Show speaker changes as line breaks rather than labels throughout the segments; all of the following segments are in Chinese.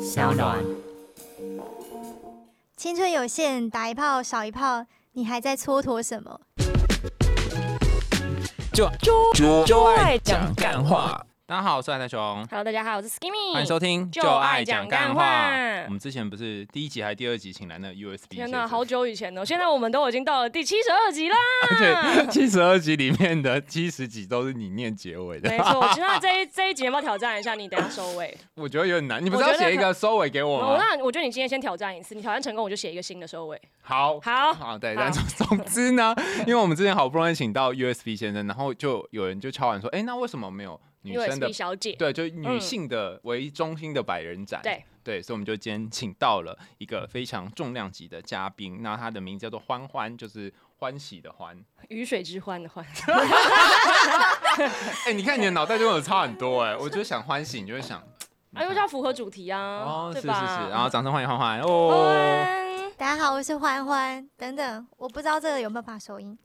小暖。
青春有限，打一炮少一炮，你还在蹉跎什么？
就
就
就
就
爱
爱
讲
讲
干
干
话。大家好，我是爱大雄，
Hello，大家好，我是 Skimmy，
欢迎收听
就爱讲干话
我们之前不是第一集还是第二集请来那 USB？
天
哪，
哪，好久以前哦，现在我们都已经到了第七十二集啦。
而且七十二集里面的 七十集都是你念结尾的
没，错，我觉得这一这一集要不要挑战一下？你等一下收尾。
我觉得有点难。你不
我
是要
觉得
写一个收尾给我
我
吗？
那我觉得你今天先挑战一次，你挑战成功我就写一个新的收尾。
好。
好，
好，对，
好
但总 总之呢，因为我们之前好不容易请到 USB 先生，然后就有人就敲碗说，哎、那为什么没有女生的
USB 小姐，
对，就是女
嗯
性的为中心的百人展。
对
所以我们就今天请到了一个非常重量级的嘉宾，那他的名字叫做欢欢，就是欢喜的欢。
雨水之欢的 欢，
哎、你看你的脑袋就有差很多哎、我就想欢喜，你就会想，
哎，就是要符合主题啊
哦，，是
对
是是，
吧？
然后掌声欢迎欢欢
欢
哦。
大家好，我是欢欢。等等，我不知道这个有没有办法收音。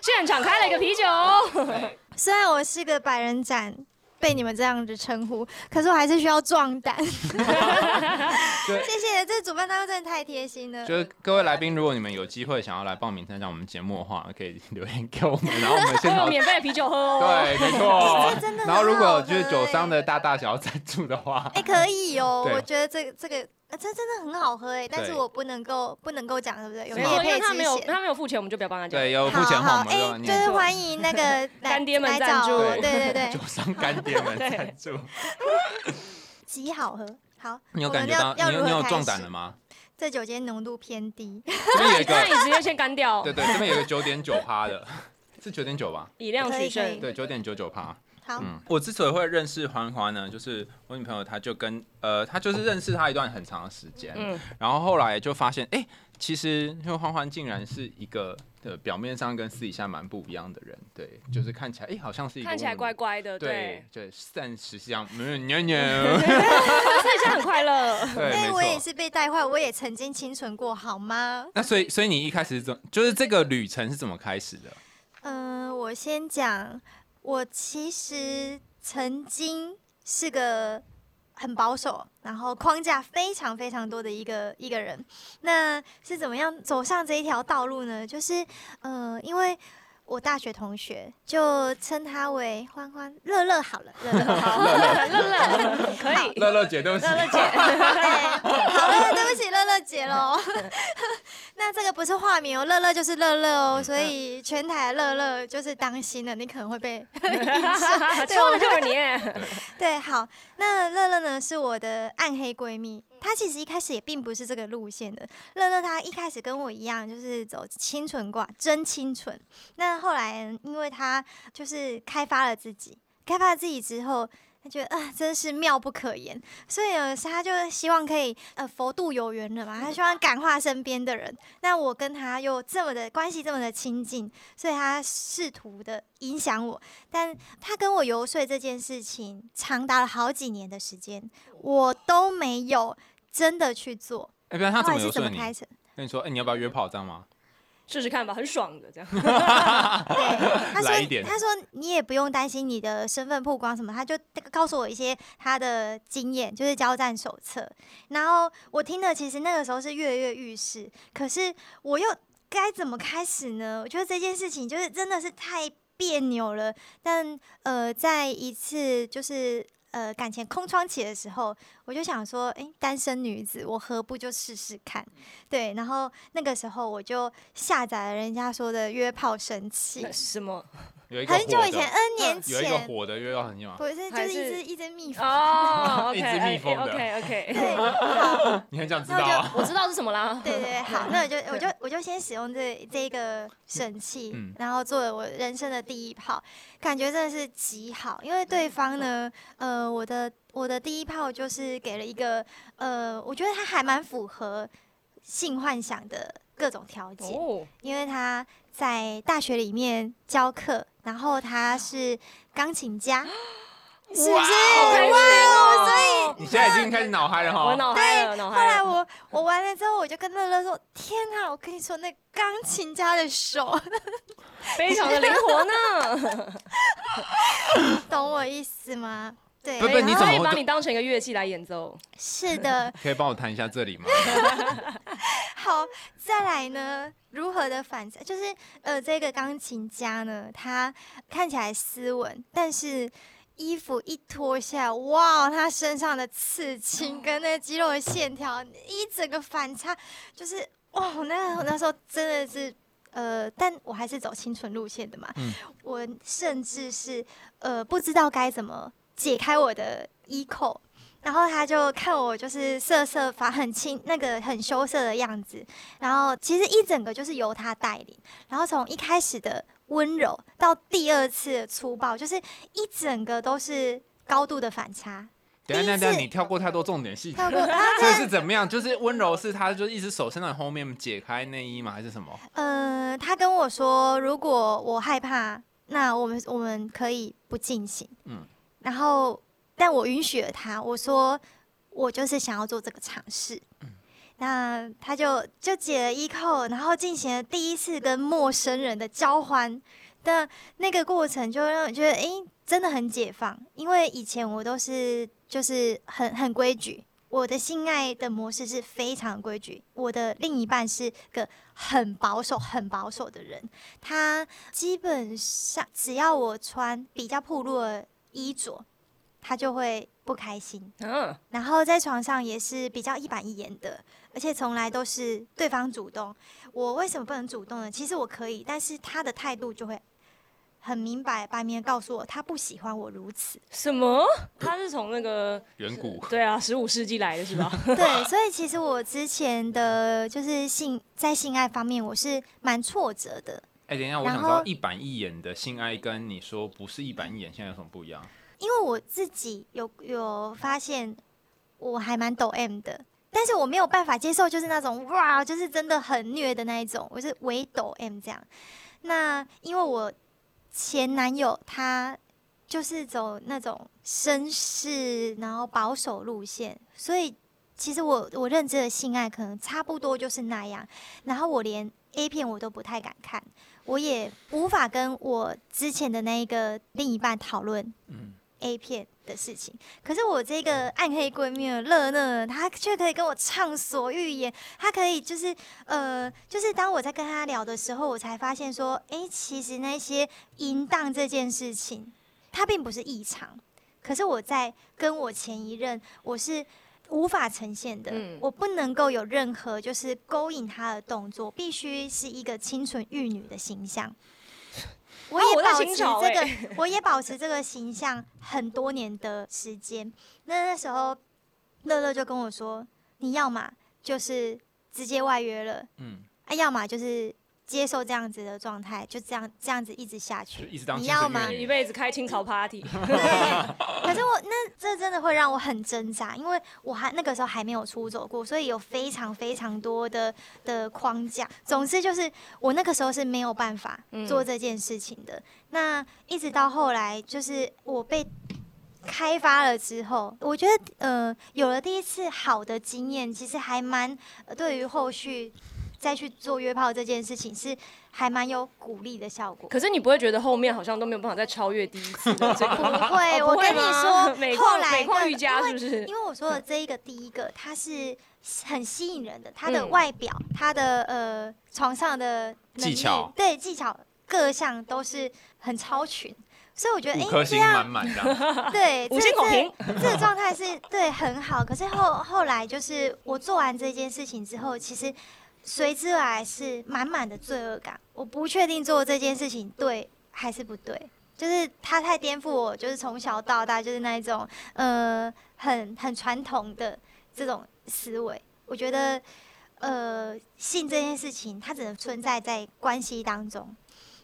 现场开了一 个啤酒，哦
虽然我是个百人展被你们这样子称呼，可是我还是需要壮 胆。
对
谢谢，这主办单位真的太贴心了。
就是各位来宾，如果你们有机会想要来报名参加我们节目的话，可以 留言给我们，然后我们现
会有
场。
免费的啤酒喝哦。
对，没 错
哎这真的。很
哦然后如果
好
有
喝
就是酒商的
哎
大大小要赞助的话，
哎、可以哦，
对
我觉得这个这个、啊、这真的很好喝哎，但是
对
我不能够不能够讲，对不对？有
没
业
错，因
配
为
之
他没有
嫌
他没有付钱，我们就不要帮他讲。
对，有付
好
钱
好
后我们
哎，就是欢迎 那个来
干爹们
来
赞
找
助
我对对
酒
对，
商干 爹们赞助。
极好喝。好，
你有
我
感
们
觉到
要要
你有
如
你
何
有
开
壮胆
始
了吗？
这酒精浓度偏低，
这边有一
那
个，
你直接先干掉
对，对，这边有一个九点九趴的， 是九点九吧？
以量取
可以
胜
可以。
对，九点九九趴。
好，
嗯，我之所以会认识欢欢呢，就是我女朋友她就跟呃，她就是认识她一段很长的时间，
嗯，
然后后来就发现，哎、其实因为欢欢竟然是一个呃表面上跟私底下蛮不一样的人，对，就是看起来哎、好像是一个
看起来
我们
乖乖的，
对
对，
对，但实际上没有扭 扭，
所以现在很快乐。
对，
哎，
没
我也
错。
是被带坏，我也曾经清纯过，好吗？
那所以所以你一开始怎就是这个旅程是怎么开始的？
嗯、我先讲，我其实曾经是个很保守，然后框架非常非常多的一个一个人。那是怎么样走上这一条道路呢？就是，呃，因为我大学同学就称他为欢欢乐乐好了，乐乐
好， 乐乐 可以，
乐乐姐，对不起
乐，乐 姐，
对，好了，对不起，乐乐姐喽。 那这个不是化名哦，乐乐就是乐乐哦，所以全台的乐乐就是当心了，你可能会被
错了就是你，
对。好，那乐乐呢是我的暗黑闺蜜，她其实一开始也并不是这个路线的。乐乐她一开始跟我一样，就是走清纯挂，真清纯。那后来因为她就是开发了自己，开发了自己之后。她觉得啊、真是妙不可言，所以呢，她就希望可以呃佛度有缘了嘛，她希望感化身边的人。那我跟她又这么的关系这么的亲近，所以她试图的影响我，但她跟我游说这件事情长达了好几年的时间，我都没有真的去做。
哎，不然她
后来
怎么
是
游
怎
说
么
你？
开 始？
跟你说，哎、你要不要约炮，这样吗？
试试看吧，很爽的这样。
对，他
来一
说
点
他说你也不用担心你的身份曝光什么，他就告诉我一些他的经验，就是交战手册。然后我听了，其实那个时候是跃跃欲试，可是我又该怎么开始呢？我觉得这件事情就是真的是太别扭了。但呃，在一次就是。呃，感情空窗期的时候，我就想说，诶，单身女子，我何不就试试看？
嗯
对，然后那个时候我就下载了人家说的约炮神器
那，什么？
有一个
很久
火
以
的嗯
前，N 年
有一个
前，
火的约到很久，啊
不是就
还
是一
是
只一只蜜蜂。
哦哎
一只蜜蜂的
，OK，OK，OK，、
对，好，
你很想知
那我
道
就
啊？
我知道是什么啦。
对对对，好，那我就我就我就先使用这这一个神器，
嗯
然后做了我人生的第一炮，感觉真的是极好，因为对方呢，呃，我的我的第一炮就是给了一个，呃，我觉得他还蛮符合性幻想的各种条件，
哦，
因为他在大学里面教课，然后他是钢琴家，是不是？
好开心哦！所
你现在已经开始脑嗨了哈。
我脑嗨了，脑
后
哎
嗨
来
了。
我我完了之后，我就跟乐乐说：“天哪！我跟你说，那钢琴家的手，
非常的灵活呢。
懂我意思吗？”对，
不不你怎么
可以
会
把
这
你当成一个乐器来演奏？
是的，
可以帮我谈一下这里 吗？
好，再来呢，如何的反差？就是呃，这个钢琴家呢，他看起来斯文，但是衣服一脱下来，哇，他身上的刺青跟那肌肉的线条，一整个反差，就是哇，那我那时候真的是。呃，但我还是走清纯路线的嘛。
嗯
我甚至是呃不知道该怎么解开我的衣扣，然后他就看我就是瑟瑟发很轻那个很羞涩的样子，然后其实一整个就是由他带领，然后从一开始的温柔到第二次的粗暴，就是一整个都是高度的反差。
等一
第
下
一
等一下，
次
你跳过太多重点细节
跳。过啊，
这是怎么样？就是温柔是他就是一只手伸到你后面解开内衣吗？还是什么？
呃，他跟我说，如果我害怕，那我们我们可以不进行。嗯
嗯，
然后但我允许了他，我说我就是想要做这个尝试。那他就就解了衣扣，然后进行了第一次跟陌生人的交欢的那个过程，就让我觉得诶，真的很解放。因为以前我都是就是很很规矩，我的性爱的模式是非常规矩，我的另一半是个很保守、很保守的人，他基本上只要我穿比较暴露的衣着，他就会不开心。
嗯，
然后在床上也是比较一板一眼的，而且从来都是对方主动。我为什么不能主动呢？其实我可以，但是他的态度就会很明白、白明地告诉我，他不喜欢我如此。
什么？他是从那个
远古
对啊，十五世纪来的是吧？
对，所以其实我之前的就是性在性爱方面，我是蛮挫折的，
哎、等一下，我
然
想知
后
道一板一眼的性爱跟你说不是一板一眼，现在有什么不一样？
因为我自己有有发现，我还蛮抖 M 的，但是我没有办法接受，就是那种哇，就是真的很虐的那一种，我是唯抖 M 这样。那因为我前男友他就是走那种绅士，然后保守路线，所以其实我我认知的性爱可能差不多就是那样。然后我连 A 片我都不太敢看，我也无法跟我之前的那一个另一半讨论
嗯，
A 片的事情，可是我这个暗黑闺蜜的乐乐，她却可以跟我畅所欲言，她可以就是呃，就是当我在跟她聊的时候，我才发现说，诶，其实那些淫荡这件事情，它并不是异常，可是我在跟我前一任，我是。无法呈现的，
嗯
我不能够有任何就是勾引她的动作，必须是一个清纯玉女的形象。我也
我在
保
清
持这
朝
个，
欸
我也保持这个形象很多年的时间。那那时候，乐乐就跟我说：“你要嘛就是直接外约了，
嗯，
啊，要么就是接受这样子的状态，就这样这样子一直下
就
去。
一直当
你
清纯
要吗
玉
一
女
辈子开清朝 party，”
可是我那这真的会让我很挣扎，因为我还那个时候还没有出走过，所以有非常非常多的的框架。总之就是我那个时候是没有办法
嗯
做这件事情的。那一直到后来，就是我被开发了之后，我觉得呃，有了第一次好的经验，其实还蛮、呃对于后续再去做约炮这件事情是还蛮有鼓励的效果。
可是你不会觉得后面好像都没有办法再超越第一次的这个？
不会，
哦
我
不
跟你
吗，
说
每
后
况
来
每况
的
愈加是不是？
因为我说的这一个第一个，它是很吸引人的，它的
嗯
外表，它的呃床上的能力
技巧
对技巧各项都是很超群，所以我觉得
五
哎
颗
这
星满
样
满的，
对
五
这
星好
这
评，
这个状态是对很好。可是后后来就是我做完这件事情之后，其实随之而来是满满的罪恶感，我不确定做这件事情对还是不对。就是它太颠覆我，就是从小到大就是那一种呃很很传统的这种思维。我觉得呃性这件事情，它只能存在在关系当中。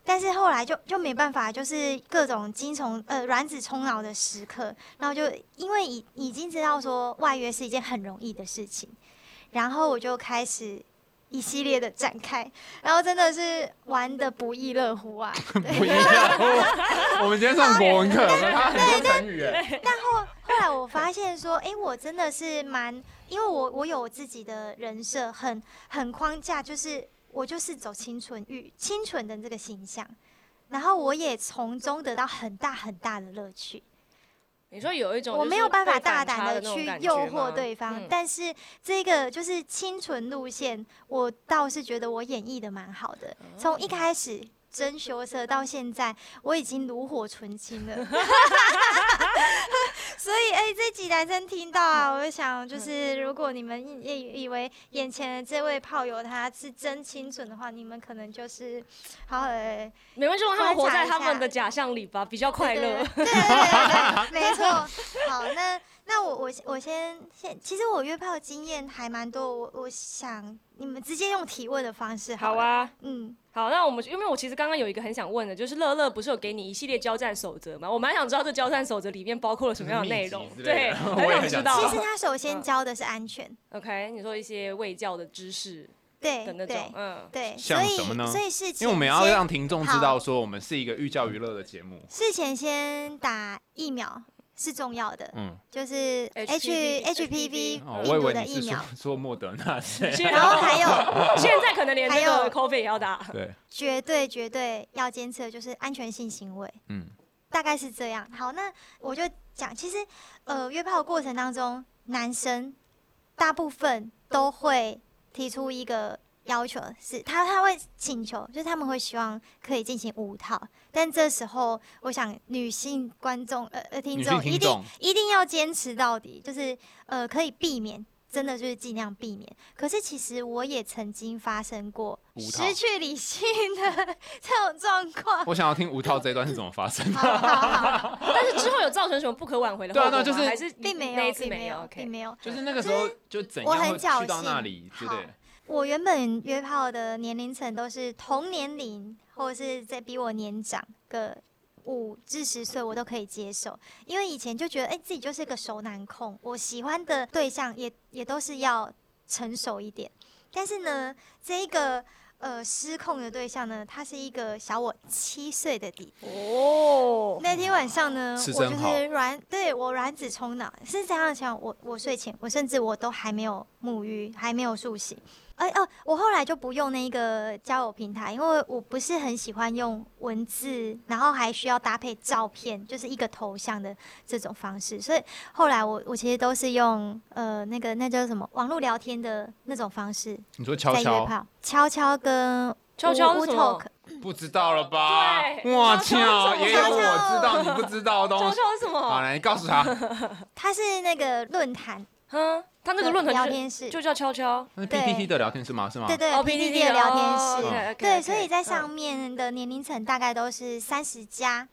但是后来就就没办法，就是各种精虫呃卵子冲脑的时刻，然后就因为已已经知道说外约是一件很容易的事情，然后我就开始一系列的展开，然后真的是玩的不亦乐乎啊！
不一样。我们今 天上国文 课，我们他很多成语哎。
后来我发现说，诶，我真的是蛮，因为我我有我自己的人设，很很框架，就是我就是走清纯欲、清纯的这个形象，然后我也从中得到很大很大的乐趣。
你说有一种
我
就是
没有办法
被
大
反
胆
差
的
那种
去
感
诱
觉
惑
吗
对方，
嗯
但是这个就是清纯路线，我倒是觉得我演绎的蛮好的，从一开始。真羞涩到现在，我已经炉火纯青了， 所以哎、这几男生听到啊，我就想，
嗯
就是如果你们也以为眼前的这位炮友他是真清纯的话，你们可能就是好呃好的
没关系，让他们活在
观察一
他们
下
的假象里吧，比较快乐。
对对对对对， 没错。好，那那我我我先先，其实我约炮经验还蛮多，我我想你们直接用提问的方式
好
了，
啊，
嗯，
好，那我们因为我其实刚刚有一个很想问的，就是乐乐不是有给你一系列交战守则吗？我蛮想知道这交战守则里面包括了什么样的内容
就是，秘籍之类
对，
的
很
我也很
知
想
道
好
其
知。
实他首先
嗯
教的是安全，
OK，你说一些卫教的知识
对
的那
哎对
种，嗯，
对，所
像
以
什么呢
所以事前
因为我们要
先
让听众知
好
道说我们是一个寓教于乐的节目。
事前先打疫苗是重要的，
嗯，
就是 H
HPV
HPV
哦，
病
我以
毒
为
的
你是
疫
说
苗，
说莫德纳是
现
然后还有。
现在可能连那
还有
个 COVID 也 要打。
对，
绝对绝对要监测，就是安全性行为，
嗯，
大概是这样。好，那我就讲，其实呃，约炮的过程当中，男生大部分都会提出一个要求，是他他会请求，就是他们会希望可以进行五套，但这时候我想女性观众呃呃听
女
众
性
一
听
定
众
一定要坚持到底，就是呃可以避免。真的就是尽量避免。可是其实我也曾经发生过
五套
失去理性的 这种状况。
我想要听吴涛这一段是怎么发生的。
好好好，
但是之后有造成什么不可挽回的
对啊
后果吗？
那就是
还是
并没
嗯那
有，
一次
并没
没有
有，并
，OK。
没有。
就是那个时 候就怎样
我很
会去
侥
到那
幸
里，对
好
不对？
我原本约炮的年龄层都是同年龄，或者是在比我年长个五至十岁，我都可以接受。因为以前就觉得，哎、自己就是个熟男控，我喜欢的对象也也都是要成熟一点。但是呢，这一个呃失控的对象呢，他是一个小我七岁的弟弟。
哦，
那天晚上呢，
吃
我
真
就
好
是卵，对我卵子冲脑，是这样想。我我睡前，我甚至我都还没有沐浴，还没有漱洗。哎哦，我后来就不用那个交友平台，因为我不是很喜欢用文字，然后还需要搭配照片，就是一个头像的这种方式。所以后来我我其实都是用呃那个那叫什么网络聊天的那种方式
你说
在
悄
约
悄，
炮，悄悄跟
悄悄
乌
是什么
talk，？
不知道了吧？
对
我
悄悄
操，
是什么
也有我
悄悄
知道你不知道的
悄
东西。
悄是什
好，
么？
来，你告诉 他，
它是那个论坛
嗯，他那
的
个论
聊
坛就
天室
是。就叫悄悄。
那
对
PTT 的聊天室吗？是吗？
对对
哦
p d
，PTT
d 的聊天室，
哦，OK，OK，OK，
对，所以在上
嗯
面的年龄层大概都是三十加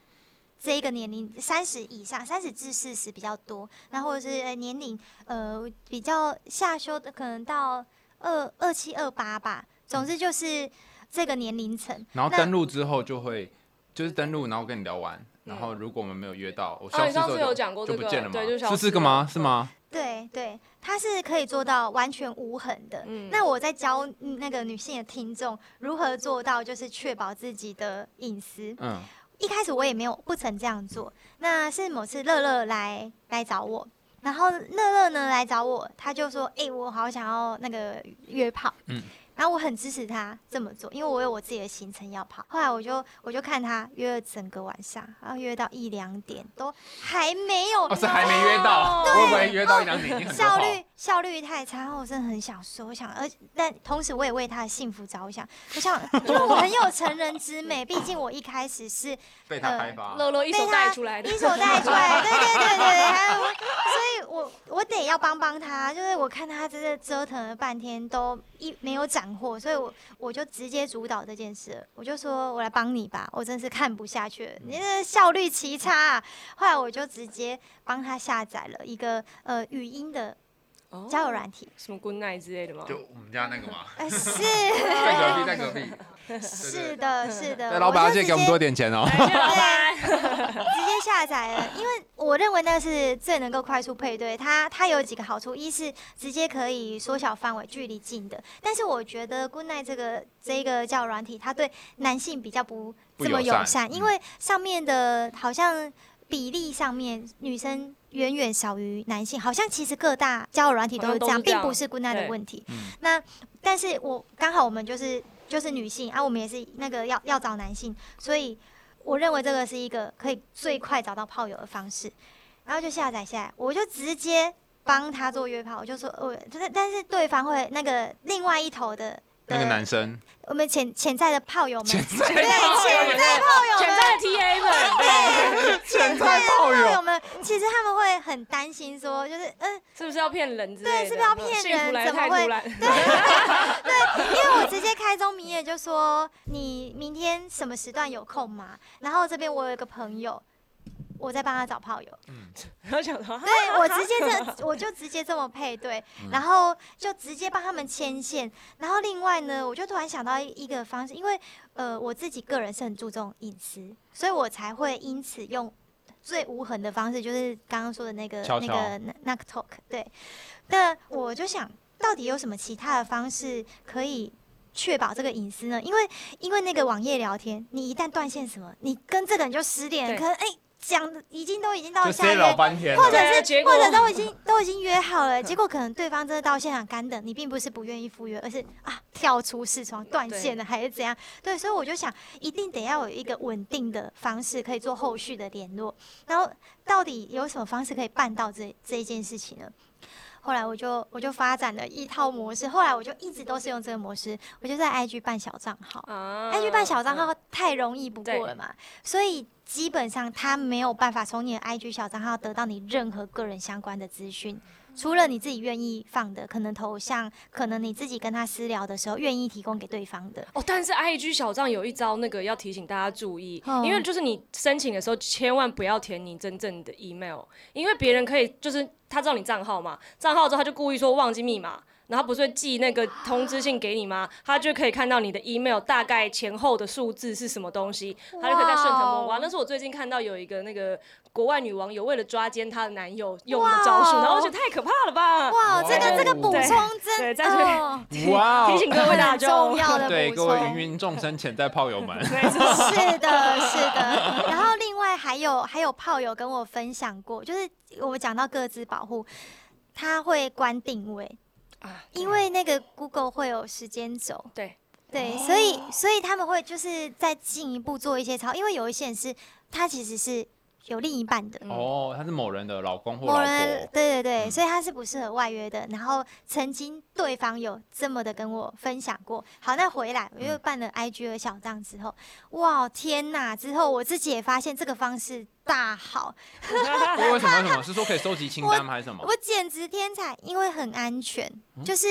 这一个年龄，三十以上，三十至四十比较多，那或者是呃年龄呃比较下修的，可能到二二七二八吧，总之就是这个年龄层。
然后
那
登录之后就会，就是登录，然后跟你聊完，然后如果我们没有约到，我消
嗯哦你
失之
上
后
次
就
有讲过
就
这
不
个啊
见了
对就消
嘛？是
失
这个吗？是吗？
对对，它是可以做到完全无痕的。
嗯
那我在教嗯那个女性的听众如何做到，就是确保自己的隐私。
嗯，
哦
一开始我也没有不曾这样做，那是某次乐乐来来找我，然后乐乐呢来找我，他就说：“哎、我好想要那个约炮。”嗯
嗯。
然后我很支持他这么做，因为我有我自己的行程要跑。后来我就我就看他约了整个晚上，然后约到一两点，都还没有
哦，是还没约到，
对
会不会约到一两点已经很多
效
号？
率效率太差，然后我真的很想说，我想，而但同时我也为他的幸福着想，我想， 因为我很有成人之美，毕竟我一开始是
被他开发，
嗯乐乐一
被
手
他
带出来的
一。手带出来，对对对对对，还有我，所以我我得要帮帮他，就是我看他真的折腾了半天都一没有斩获，所以我我就直接主导这件事了，我就说我来帮你吧，我真是看不下去了，你这效率奇差、啊。后来我就直接帮他下载了一个呃语音的
哦
交友软体，
什么 Good Night 之类的吗？
我们家那个嘛，
呃是
在隔壁，在隔壁。
是的是的，
对，老板要
就
借
直
给我们
接
多点钱哦。
感谢老板。
直接下载了，因为我认为那是最能够快速配对。它它有几个好处，一是直接可以缩小范围，距离近的。但是我觉得 Good Night 这个这个叫软体，它对男性比较不
不
这么友
友善嗯
善，因为上面的好像比例上面女生。远远少于男性，好像其实各大交友软体都
好像
这
都
样，
是这
并
样
不是 Good Night 的
对
问题。
嗯
那但是我刚好我们就是就是女性啊，我们也是那个要要找男性，所以我认为这个是一个可以最快找到炮友的方式。然后就下载下来，我就直接帮他做约炮，我就说，我就是，但是对方会那个另外一头的
那个
的
男生
我们潜潜在的炮友们，
潜在
对潜在炮友们，
全在 TA 们，
潜
对炮友们，其实他们会很担心，说就是嗯，
是不是要骗人之类的？
对是不是要骗人
幸福来得
怎么
太
会
突然，
对，因为我直接开宗明义就说你明天什么时段有空吗？然后这边我有一个朋友，我在帮他找炮友，
然后想说啊
对我直接 这我就直接这么配对，
嗯
然后就直接帮他们牵线。然后另外呢，我就突然想到一个方式，因为呃我自己个人是很注重隐私，所以我才会因此用最无痕的方式，就是刚刚说的那个
悄悄
那个那那个 talk。对，那我就想到底有什么其他的方式可以。确保这个隐私呢？因为因为那个网页聊天，你一旦断线什么，你跟这个人就失联，
对
可能哎讲的已经都已经到
就
下
塞
一
老
个
半天了，
或者
对啊
是
结果
或者都已经 嗯都已经约好了，结果可能对方真的到现场干等，你并不是不愿意赴约，而是啊跳出视窗断线了还是怎样？对，所以我就想，一定得要有一个稳定的方式可以做后续的联络。然后到底有什么方式可以办到这这一件事情呢？后来我就我就发展了一套模式，后来我就一直都是用这个模式，我就在 IG 办小账号。
啊
IG 办小账号太容易不
对
过了嘛，所以基本上他没有办法从你的 IG 小账号得到你任何个人相关的资讯，除了你自己愿意放的，可能头像，可能你自己跟他私聊的时候愿意提供给对方的。
哦，但是 I G 小账有一招，那个要提醒大家注意，
嗯
因为就是你申请的时候，千万不要填你真正的 email，因为别人可以就是他知道你账号嘛，账号之后他就故意说忘记密码，然后不是会寄那个通知信给你吗？他就可以看到你的 email 大概前后的数字是什么东西，他就可以在顺藤摸
哇
瓜
哦。
那是我最近看到有一个那个国外女网友为了抓奸她的男友用的招数，
哇哦
然后我觉得太可怕了吧！
哇，这个这个补
对
充真
对再去
哦
哇哦
提醒各位大
很
众，
重要的
对
补
各位芸
充。
芸众生潜在炮友们，
哦是的，是 的。然后另外还有还有炮友跟我分享过，就是我们讲到各自保护，他会关定位，
啊
因为那个 Google 会有时间轴，
对
对，
哦
所以所以他们会就是再进一步做一些操，因为有一些人是他其实是有另一半的。
嗯
哦，他是某人的老公或
某
老
人
婆，
对对对，
嗯
所以他是不适合外约的。然后曾经对方有这么的跟我分享过。好，那回来
嗯
我又办了 IG 的小账之后，哇天哪！之后我自己也发现这个方式大好，
为什么为什么是说可以收集清单吗？还嗯是什么？
我简直天才，因为很安全，就是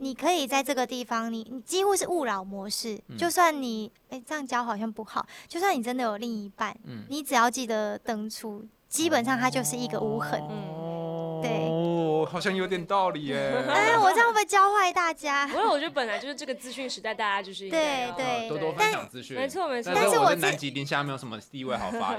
你可以在这个地方，你你几乎是勿扰模式，
嗯
就算你哎、这样教好像不好，就算你真的有另一半，
嗯
你只要记得登出，基本上它就是一个无痕。
哦
对
好像有点道理耶。
哎、我这样会不会教坏大家
不？过 我觉得本来就是这个资讯时代，大家就是应该 要
对
呃 多多分享资讯，
没错没错
但啊是
我
我
在
自
南极零下没有什么地位好发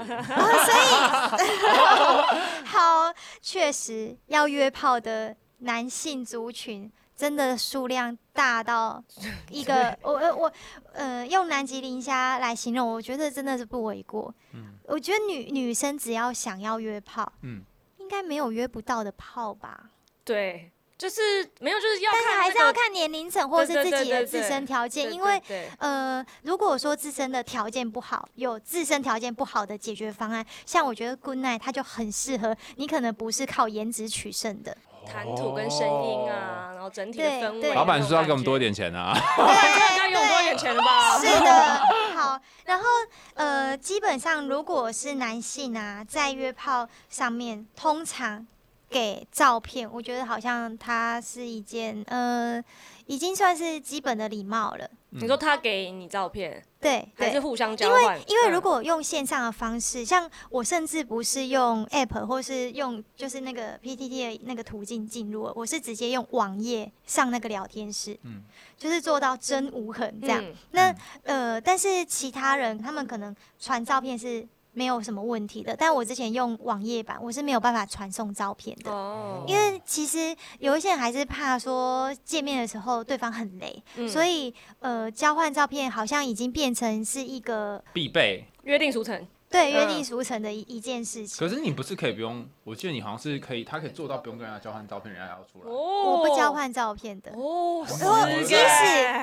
言，
好，确实要约炮的男性族群真的数量大 到一个，我呃我呃用南极磷虾来形容，我觉得真的是不为过。
嗯
我觉得女女生只要想要约炮，
嗯，
应该没有约不到的炮吧？
对，就是没有，就是要
但
看、
是
那个，
还是要看年龄层或是
对对
自己
对
的
对
自
对
身条
对，
件，因为
对对
呃，如果说自身的条件不好，有自身条件不好的解决方案，像我觉得 Good Night 它就很适合你，可能不是靠颜值取胜的。
谈吐跟声音啊，然后整体的
对
氛围
对
那种感觉，
老板是要给我们多一点钱啊，
对，要给我们多一点钱的吧？
是的，好。然后呃，基本上如果是男性啊，在约炮上面，通常给照片，我觉得好像它是一件呃，已经算是基本的礼貌了。
你说他给你照片，
对，
还
对。
是互相交
因为
换？
因为如
嗯
果用线上的方式，像我甚至不是用 app 或是用就是那个 PTT 的那个途径进入，我是直接用网页上那个聊天室，
嗯
就是做到真无痕这样。
嗯
那呃，但是其他人他们可能传照片是没有什么问题的，但我之前用网页版，我是没有办法传送照片的。
哦，
因为其实有一些人还是怕说见面的时候对方很雷，
嗯
所以呃交换照片好像已经变成是一个
必备。
约定俗成，
对，约
嗯
定俗成的一一件事情。
可是你不是可以不用？我记得你好像是可以，他可以做到不用跟人家交换照片，人家要出来。
哦
我不交换照片的，
哦，是
我
是
即
耶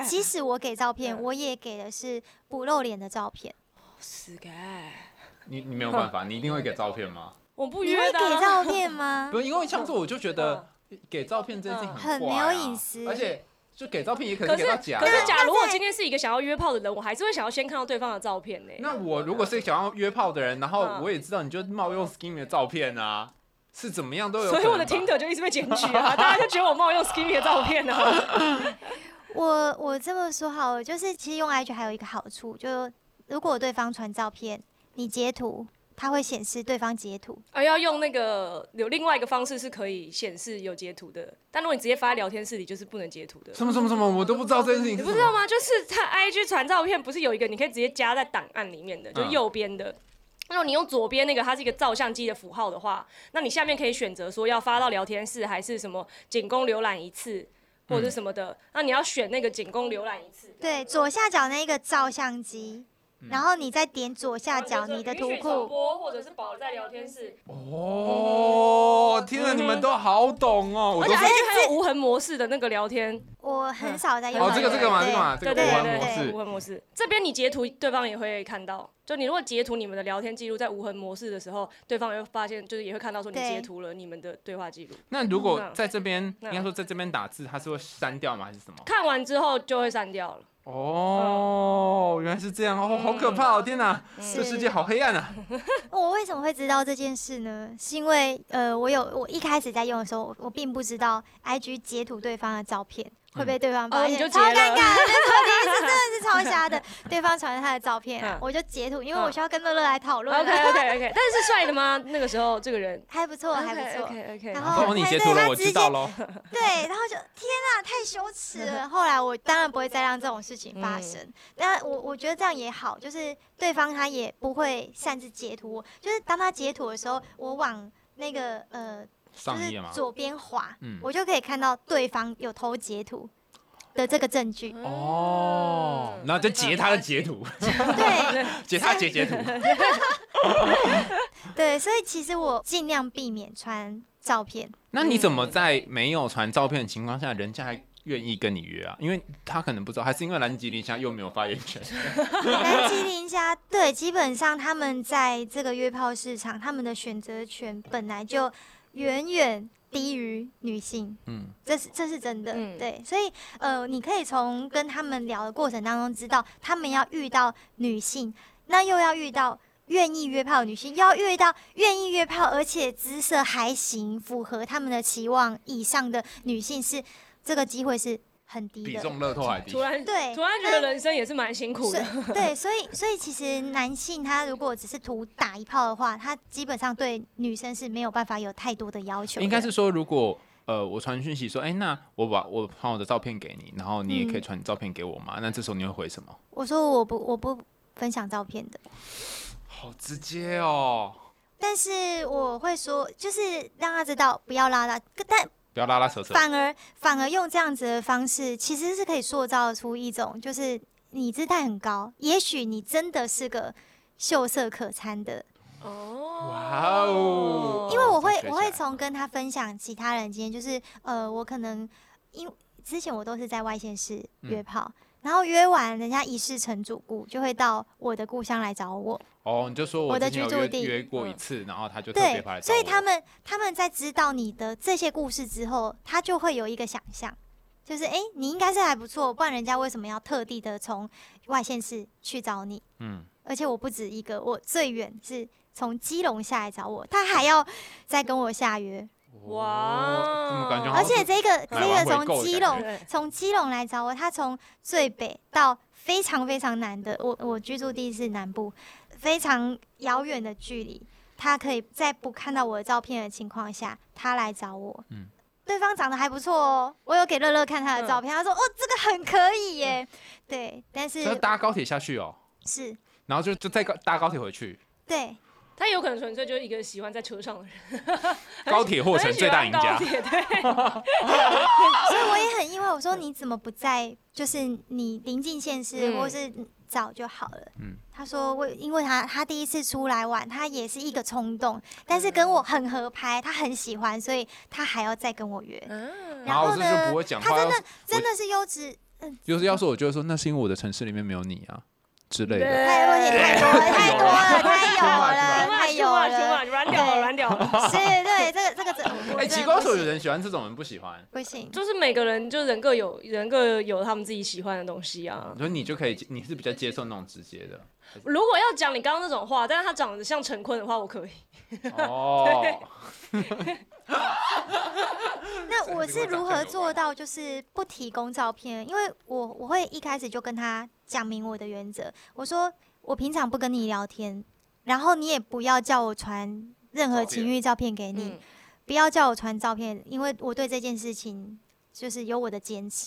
使即使我给照片，
嗯
我也给的是不露脸的照片。
是个
你你没有办法，你一定会给照片吗？
我不
你
约
会
的
给
啊、
照片吗？
不是因为像是我就觉
嗯
得给照片这件事情
很
怪啊
没有隐私
而且就给照片也可
可
能
是
给到假的
可
啊。
是，假如我今天是一个想要约炮的人，我还是会想要先看到对方的照片呢、
那我如果是想要约炮的人，然后
嗯
我也知道你就冒用 Skinny 的照片啊，是怎么样都有可
所
能吧。
以我的听 r 就一直被检举 啊，大家就觉得我冒用 Skinny 的照片 啊。
我我这么说好了，就是其实用 IG 还有一个好处，就如果对方传照片，你截图，它会显示对方截图。
而哎要用那个有另外一个方式是可以显示有截图的，但如果你直接发在聊天室里，就是不能截图的。
什么什么什么，我都不知道这件事情
你
是
不
什
知道
么。
吗？就是他 IG 传照片，不是有一个你可以直接加在档案里面的，就是
嗯
右边的。如果你用左边那个，它是一个照相机的符号的话，那你下面可以选择说要发到聊天室，还是什么仅供浏览一次，或者是什么的。那你要选那个仅供浏览一次。
对，左下角那一个照相机，
嗯
然后你再点左
哦
下角你的图库。
播或者是保在聊天室，
哦，听了你们都好懂哦，我
嗯而
都
且哎
是
IG 还有无痕模式的那个聊天，
我很
嗯
少在用。
哦，这个这个嘛，这个嘛，这个
对对
无
对
痕模
对对
式
无。痕模式。这边你截图，对方也会看到。就你如果截图你们的聊天记录在无痕模式的时候，对方也会发现，就是也会看到说你
对
截图了你们的对话记录。
那如
嗯
果在这边，
那
应该说在这边打字，它是会删掉吗？还是什么？
看完之后就会删掉了。嗯
哦，原来是这样哦，好可怕哦！天哪，这世界好黑暗
嗯
啊！
我为什么会知道这件事呢？是因为呃，我有我一开始在用的时候，我我并不知道 IG 截图对方的照片会被对方发
哦
现，
你就
超
截
尴尬，
了
那是真的是超瞎的。对方传了他的照片啊、
嗯
我就截图，因为
嗯
我需要跟乐乐来讨
OK
论。
OK OK，但是帅的吗？那个时候这个人
还不错，还不错。
OK OK，
然后
哦，你截图了，我知道喽。
对，然后就天啊，太羞耻 了。后来我当然不会再让这种事情发生。
嗯
那我我觉得这样也好，就是对方他也不会擅自截图我。就是当他截图的时候，我往那个呃，就
上页
是
吗？
左边滑，
嗯
我就可以看到对方有偷截图的这个证据。
哦，然后就截他的截图，
对
嗯
截他截截图。
对，所以其实我尽量避免传照片。
那你怎么在没有传照片的情况下，人家还愿意跟你约啊？因为他可能不知道，还是因为蓝吉林现在又没有发言权。
南极林家对，基本上他们在这个约炮市场，他们的选择权本来就远远低于女性，
嗯，
这是这是真的。
嗯
对，所以呃，你可以从跟他们聊的过程当中知道，他们要遇到女性，那又要遇到。愿意约炮的女性要遇到愿意约炮，而且姿色还行，符合他们的期望以上的女性是这个机会是很低
比
的。
中乐透还低
突。然
对
突然觉得人生也是蛮辛苦的。
是，对，所以所以其实男性他如果只是图打一炮的话，他基本上对女生是没有办法有太多的要求的。
应该是说，如果呃我传讯息说，哎、那我把我传我的照片给你，然后你也可以传照片给我嘛？
嗯
那这时候你会回什么？
我说我不我不分享照片的，
好直接哦，
但是我会说，就是让他知道不要拉拉，但
不要拉拉扯扯。
反而反而用这样子的方式，其实是可以塑造出一种就是你姿态很高，也许你真的是个秀色可餐的
哦
哇哦
因为我会
再学起来
我会从跟他分享其他人今天就是呃，我可能因之前我都是在外县市
嗯
约炮，然后约完人家一世成主顾，就会到我的故乡来找我。
哦，你就说
我的
之前
居
有
住地
约约过一次，然后他就特别
对
跑来，找
所以他
我
们他们在知道你的这些故事之后，他就会有一个想象。就是诶，你应该是还不错，不然人家为什么要特地的从外县市去找你？
嗯，
而且我不止一个，我最远是从基隆下来找我，他还要再跟我下约。
哇
怎么感觉
哦
好像
而且这个这
买完
个
回购
从
的
基
感
隆
对
从基隆来找我，他从最北到非常非常南的，我我居住地是南部，非常遥远的距离，他可以在不看到我的照片的情况下，他来找我。
嗯
对方长得还不错哦，我有给乐乐看他的照片，他说：“哦，这个很可以耶。
嗯
对，但
就是
是
搭高铁下去哦，
是
然后就就再高搭高铁 回去，
对，
他有可能纯粹就是一个喜欢在车上的人，
高铁或成最大赢
很
家
哦
喜。欢高铁对，
所以我也很意外，我
嗯
说你怎么不在？就是你临近县市，
嗯
或是找就好了。
嗯
他说我，因为他他第一次出来玩，他也是一个冲
嗯
动，但是跟我很合拍，他很喜欢，所以他还要再跟我约。
嗯
嗯
然后我这就不会讲
他
话，
真
要
的
是
真的是优质，
就是要说我就会说，那是因为我的城市里面没有你啊之类的。
太多太多了，太多了，太有了，太有了，
软屌了，软屌了。
哎是对这个这个这，我
哎，
真
奇
的
怪，为
不
什么有
行
人喜欢这种人，不喜欢？
不行，
就是每个人就人各有人各有他们自己喜欢的东西啊。
所以你就可以接，你是比较接受那种直接 的。
如果要讲你刚刚那种话，但是他长得像陈坤的话，我可以。
哦，
那我
这
是
个跟
如
长相
何
有
做
关
到就是不提供照片？因为我我会一开始就跟他讲明我的原则，我说我平常不跟你聊天，然后你也不要叫我传任何
照片
情欲照片给你，
嗯，
不要叫我传照片，因为我对这件事情就是有我的坚持，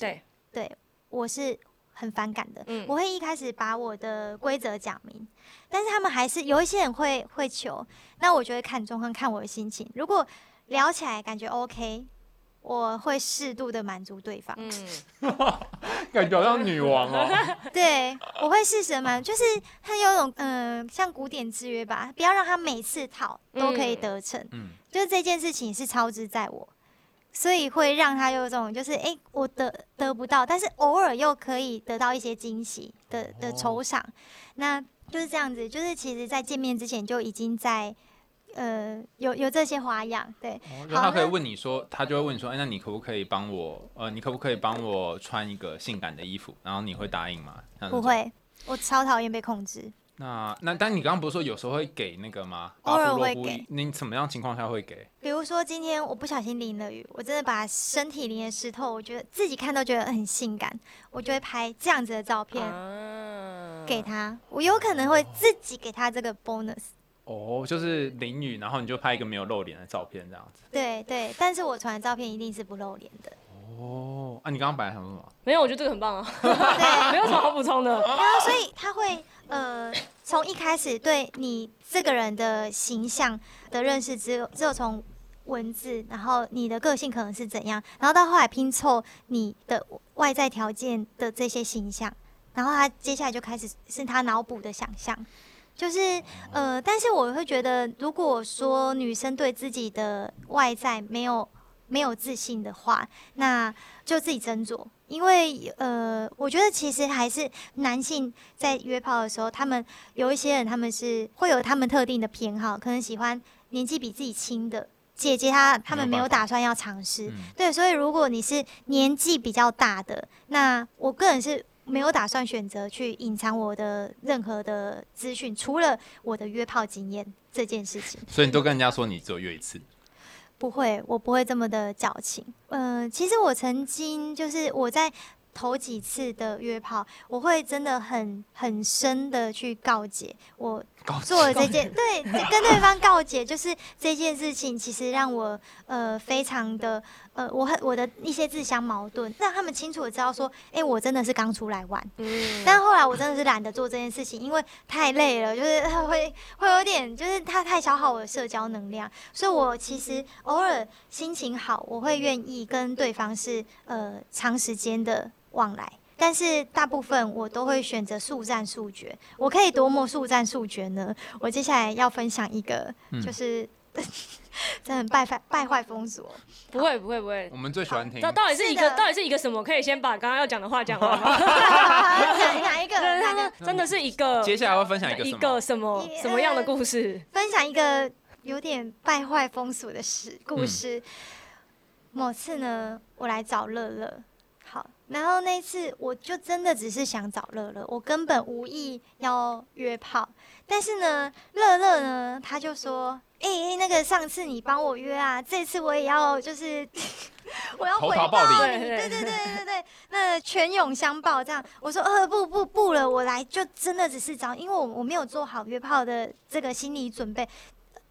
对，
我是很反感的。
嗯
我会一开始把我的规则讲明，但是他们还是有一些人会会求，那我就会看状况，看我的心情。如果聊起来感觉 OK，我会适度的满足对方。
嗯，
感觉好像女王 哦。
对，我会适时地满足，就是他有一种嗯、呃像古典制约吧，不要让他每次讨都可以
嗯
得逞。
嗯，
就是这件事情是超支在我，所以会让他有一种就是诶，我得得不到，但是偶尔又可以得到一些惊喜的的
哦
酬赏，那就是这样子。就是其实，在见面之前就已经在呃有有这些花样，对，
然后他
好
可以
那
问你说，他就会问你说，哎，那你可不可以帮我？呃，你可不可以帮我穿一个性感的衣服？然后你会答应吗？像那
不
种。
会，我超讨厌被控制。
那那，但你刚刚不是说有时候会给那个吗？
偶尔
巴甫洛
会
夫
给
你怎么样情况下会给？
比如说今天我不小心淋了雨，我真的把身体淋得湿透，我觉得自己看都觉得很性感，我就会拍这样子的照片
啊
给他，我有可能会自己给他这个 bonus。
哦，就是淋雨，然后你就拍一个没有露脸的照片这样子。
对对，但是我传的照片一定是不露脸 的。
哦，啊，你刚刚本来想说什么？
没有，我觉得这个很棒啊，
对，
没有什么好补充的。
然后所以他会呃，从一开始对你这个人的形象的认识，只有只有从文字，然后你的个性可能是怎样，然后到后来拼凑你的外在条件的这些形象，然后他接下来就开始是他脑补的想象。就是呃，但是我会觉得，如果说女生对自己的外在没有没有自信的话，那就自己斟酌。因为呃，我觉得其实还是男性在约炮的时候，他们有一些人他们是会有他们特定的偏好，可能喜欢年纪比自己轻的姐姐她，他们没
没有
有
办法
打算要尝试。
嗯，
对，所以如果你是年纪比较大的，那我个人是没有打算选择去隐藏我的任何的资讯，除了我的约炮经验这件事情。
所以你都跟人家说你只有约一次。
不会，我不会这么的矫情。呃，其实我曾经就是我在头几次的约炮，我会真的很很深的去告解我
告
做了这件，对，跟对方告解，就是这件事情其实让我呃非常的呃，我很我的一些自相矛盾，让他们清楚的知道说，哎、我真的是刚出来玩。
嗯，
但后来我真的是懒得做这件事情，因为太累了，就是 它会会有点，就是它太消耗我的社交能量，所以我其实偶尔心情好，我会愿意跟对方是呃长时间的往来。但是大部分我都会选择速战速决。我可以多么速战速决呢？我接下来要分享一个，
嗯
就是、 真的很败坏败坏风俗哦。
不会不会不会
我，们最喜欢听
到到底是
是
一个
的
到底是一个什么？可以先把刚刚要讲的话讲完 吗？
哪哪一个？
对，
哪
他
一个
们真的是一个
接下来会分享一个
一
什
个
么？
什么
一
什么样的故事？
分享一个有点败坏风俗的事故事。某次呢，我来找乐乐，好，然后那一次我就真的只是想找乐乐，我根本无意要约炮。但是呢，乐乐呢，他就说：“哎、哎那个上次你帮我约啊，这次我也要，就是我要
投
回
桃
报
报李
你。”
对
对
对
对对对对，那泉涌相报这样。我说：“呃，不不不了，我来就真的只是找，因为我我没有做好约炮的这个心理准备。”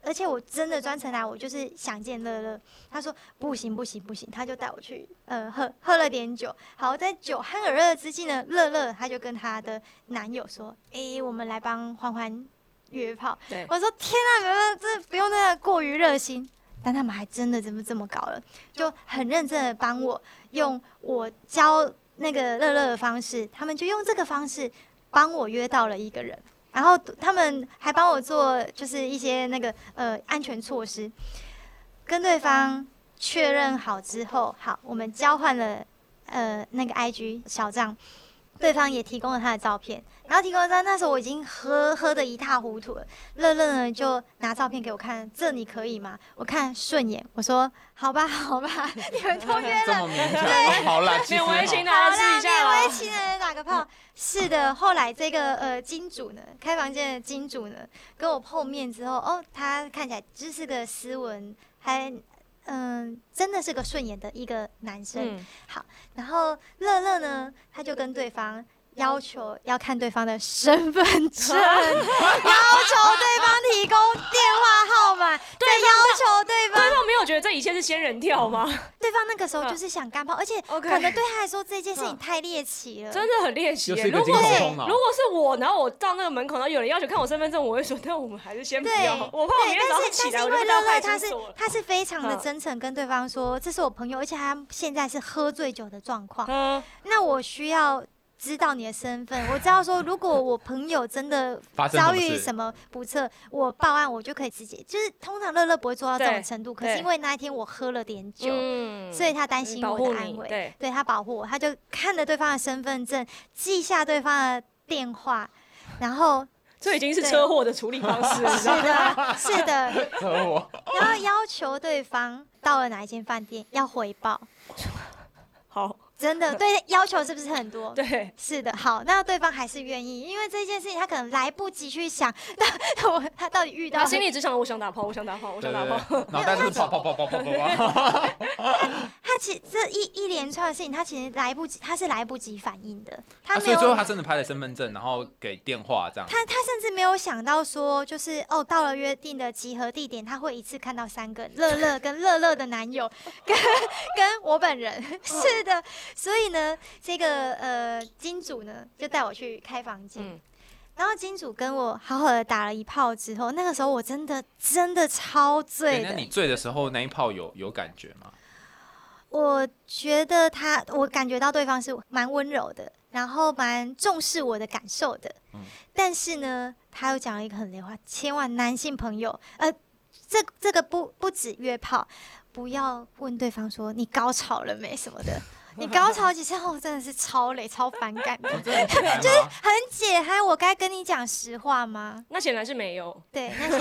而且我真的专程来，我就是想见乐乐。他说不行不行不行，他就带我去，呃，喝喝了点酒。好，在酒酣耳热之际呢，乐乐他就跟他的男友说：“诶，我们来帮欢欢约炮。”
对
我说：“天啊，没办法，这不用那个过于热心。”但他们还真的这么这么搞了，就很认真的帮我用我教那个乐乐的方式，他们就用这个方式帮我约到了一个人。然后他们还帮我做就是一些那个呃安全措施，跟对方确认好之后，好，我们交换了呃那个 IG 小账，对方也提供了他的照片，然后提供了他，那时候我已经喝喝的一塌糊涂了。乐乐呢就拿照片给我看，这你可以吗？我看顺眼，我说好吧，好吧，你们都约
这
了，
么勉强，哦好啦，其实
勉为其
好
难
好
的
啦
试一下啦
勉为。其难的打个炮。是的，后来这个呃金主呢，开房间的金主呢，跟我碰面之后，哦，他看起来就是个斯文，还嗯、真的是个顺眼的一个男生。
嗯，
然后乐乐呢，他就跟对方要求要看对方的身份 证，
啊
要求对方提供电话号码，再要求对
对
方。
方啊没有觉得这一切是仙人跳吗？
嗯
对方那个时候就是想干炮，而且
嗯 OK
可能对他来说这件事情
嗯
太猎奇了。
真的很练习
又
耶。
是一个
如
精
果
神
是
头脑
如。果是我，然后我到那个门口，然后有人要求看我身份证，我会说，那我们还是先 不
对，
要，我怕我明
对
天
但
早上
是
起
但
来
是因
我就
为
被
乐
到派
乐他
出
是
所了。
他是非常的
嗯
真诚跟对方说，这是我朋友，而且他现在是喝醉酒的状况，
嗯，
那我需要。知道你的身份，我知道说，如果我朋友真的
发生什
遭
么
遇
事
什么不测，我报案我就可以直接，就是通常乐乐不会做到这种
对
程度，可是
对
因为那一天我喝了点酒，
嗯
所以他担心
保
我
护
的安
你，
危，
对，
对他保护我，他就看了对方的身份证，记下对方的电话，然 后
这已经是
对
车祸的处理方式了，你
是
知道吗？
的，是的，
和我
然后要求对方到了哪一间饭店要回报，
好，
真 的对要求是不是很多？
对，
是的，好，那对方还是愿意，因为这件事情他可能来不及去想， 那我他到底遇到
他心
了，
里只想我想打炮，我想打炮，我
对
想
对
打炮。
对，脑袋都是跑跑跑跑跑啊跑跑。
他其这一一连串的事情，他其实来不及，他是来不及反应的，他没
啊所以
有，
最后他真的拍了身份证，然后给电话这样。
他他甚至没有想到说，就是哦，到了约定的集合地点，他会一次看到三个乐乐跟乐乐的男友，跟跟我本人 是的，所以呢，这个呃金主呢就带我去开房间，
嗯
然后金主跟我好好的打了一炮之后，那个时候我真的真的超醉
对，那
的
你，醉的时候那一炮有有感觉吗？
我觉得他，我感觉到对方是蛮温柔的，然后蛮重视我的感受的。
嗯
但是呢，他又讲了一个很雷话，千万男性朋友，呃，这这个不不止约炮，不要问对方说你高潮了没什么的。你高潮几次后真的是超累、超反 感的，
哦
很
真的很开吗？
解嗨。我该跟你讲实话吗？
那显然是没有。
对，那是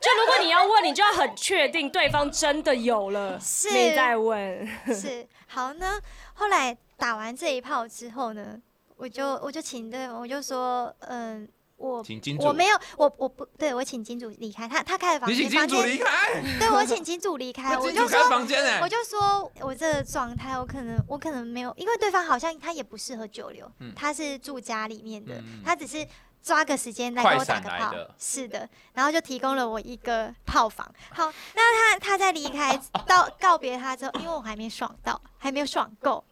就如果你要问，你就要很确定对方真的有了，
是
你再问。
是好呢。后来打完这一炮之后呢，我就我就请对方，我就说，嗯、我
请金主，
我没有，我我不对，我请金主离开，他他开了房
你
间，
请
房
金主
间
离开，
对我请金主离 开，我
金
就
主
说
开房间
我
哎。
就说我这个状态，我可能我可能没有，因为对方好像他也不适合久留，
嗯
他是住家里面的，
嗯
他只是。抓个时间来跟我打个
快闪啊
炮
来的，
是的，然后就提供了我一个炮房。好，那他他在离开到告别他之后，因为我还没爽到，还没有爽够，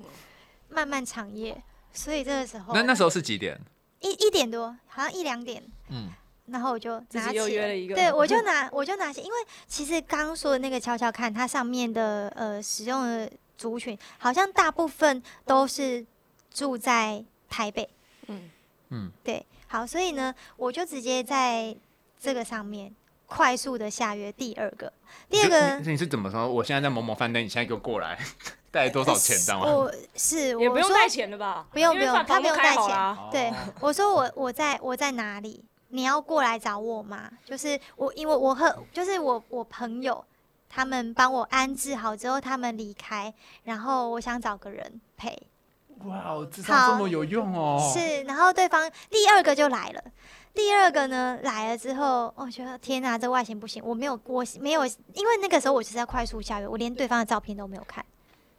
漫漫长夜，所以这个时候
那那时候是几点？
一一点多，好像一两点，
嗯，
然后我就
自己
拿起
又约了一个
对我就拿我就拿起，因为其实刚刚说的那个悄悄看，它上面的呃使用的族群好像大部分都是住在台北，
嗯
嗯，
对，好，所以呢，我就直接在这个上面快速的下约第二个，第二个
你你你是怎么说？我现在在某某饭店，你现在给我过来， 带多少钱这样吗？
呃我是
也
我
不用
说
带钱了吧？
不用
因为
不用
饭
他
房
不用
都开
带
好啊
钱
啦
哦
对，我说我我在我在哪里？你要过来找我吗？就是我，因为我和就是我我朋友他们帮我安置好之后，他们离开，然后我想找个人陪。
哇，我智
商
商
这
这
么
么有用哦！
是，然后对方第二个就来了，第二个呢来了之后，我觉得天哪，这外形不行，我没有我没有，因为那个时候我就是在快速下约，我连对方的照片都没有看。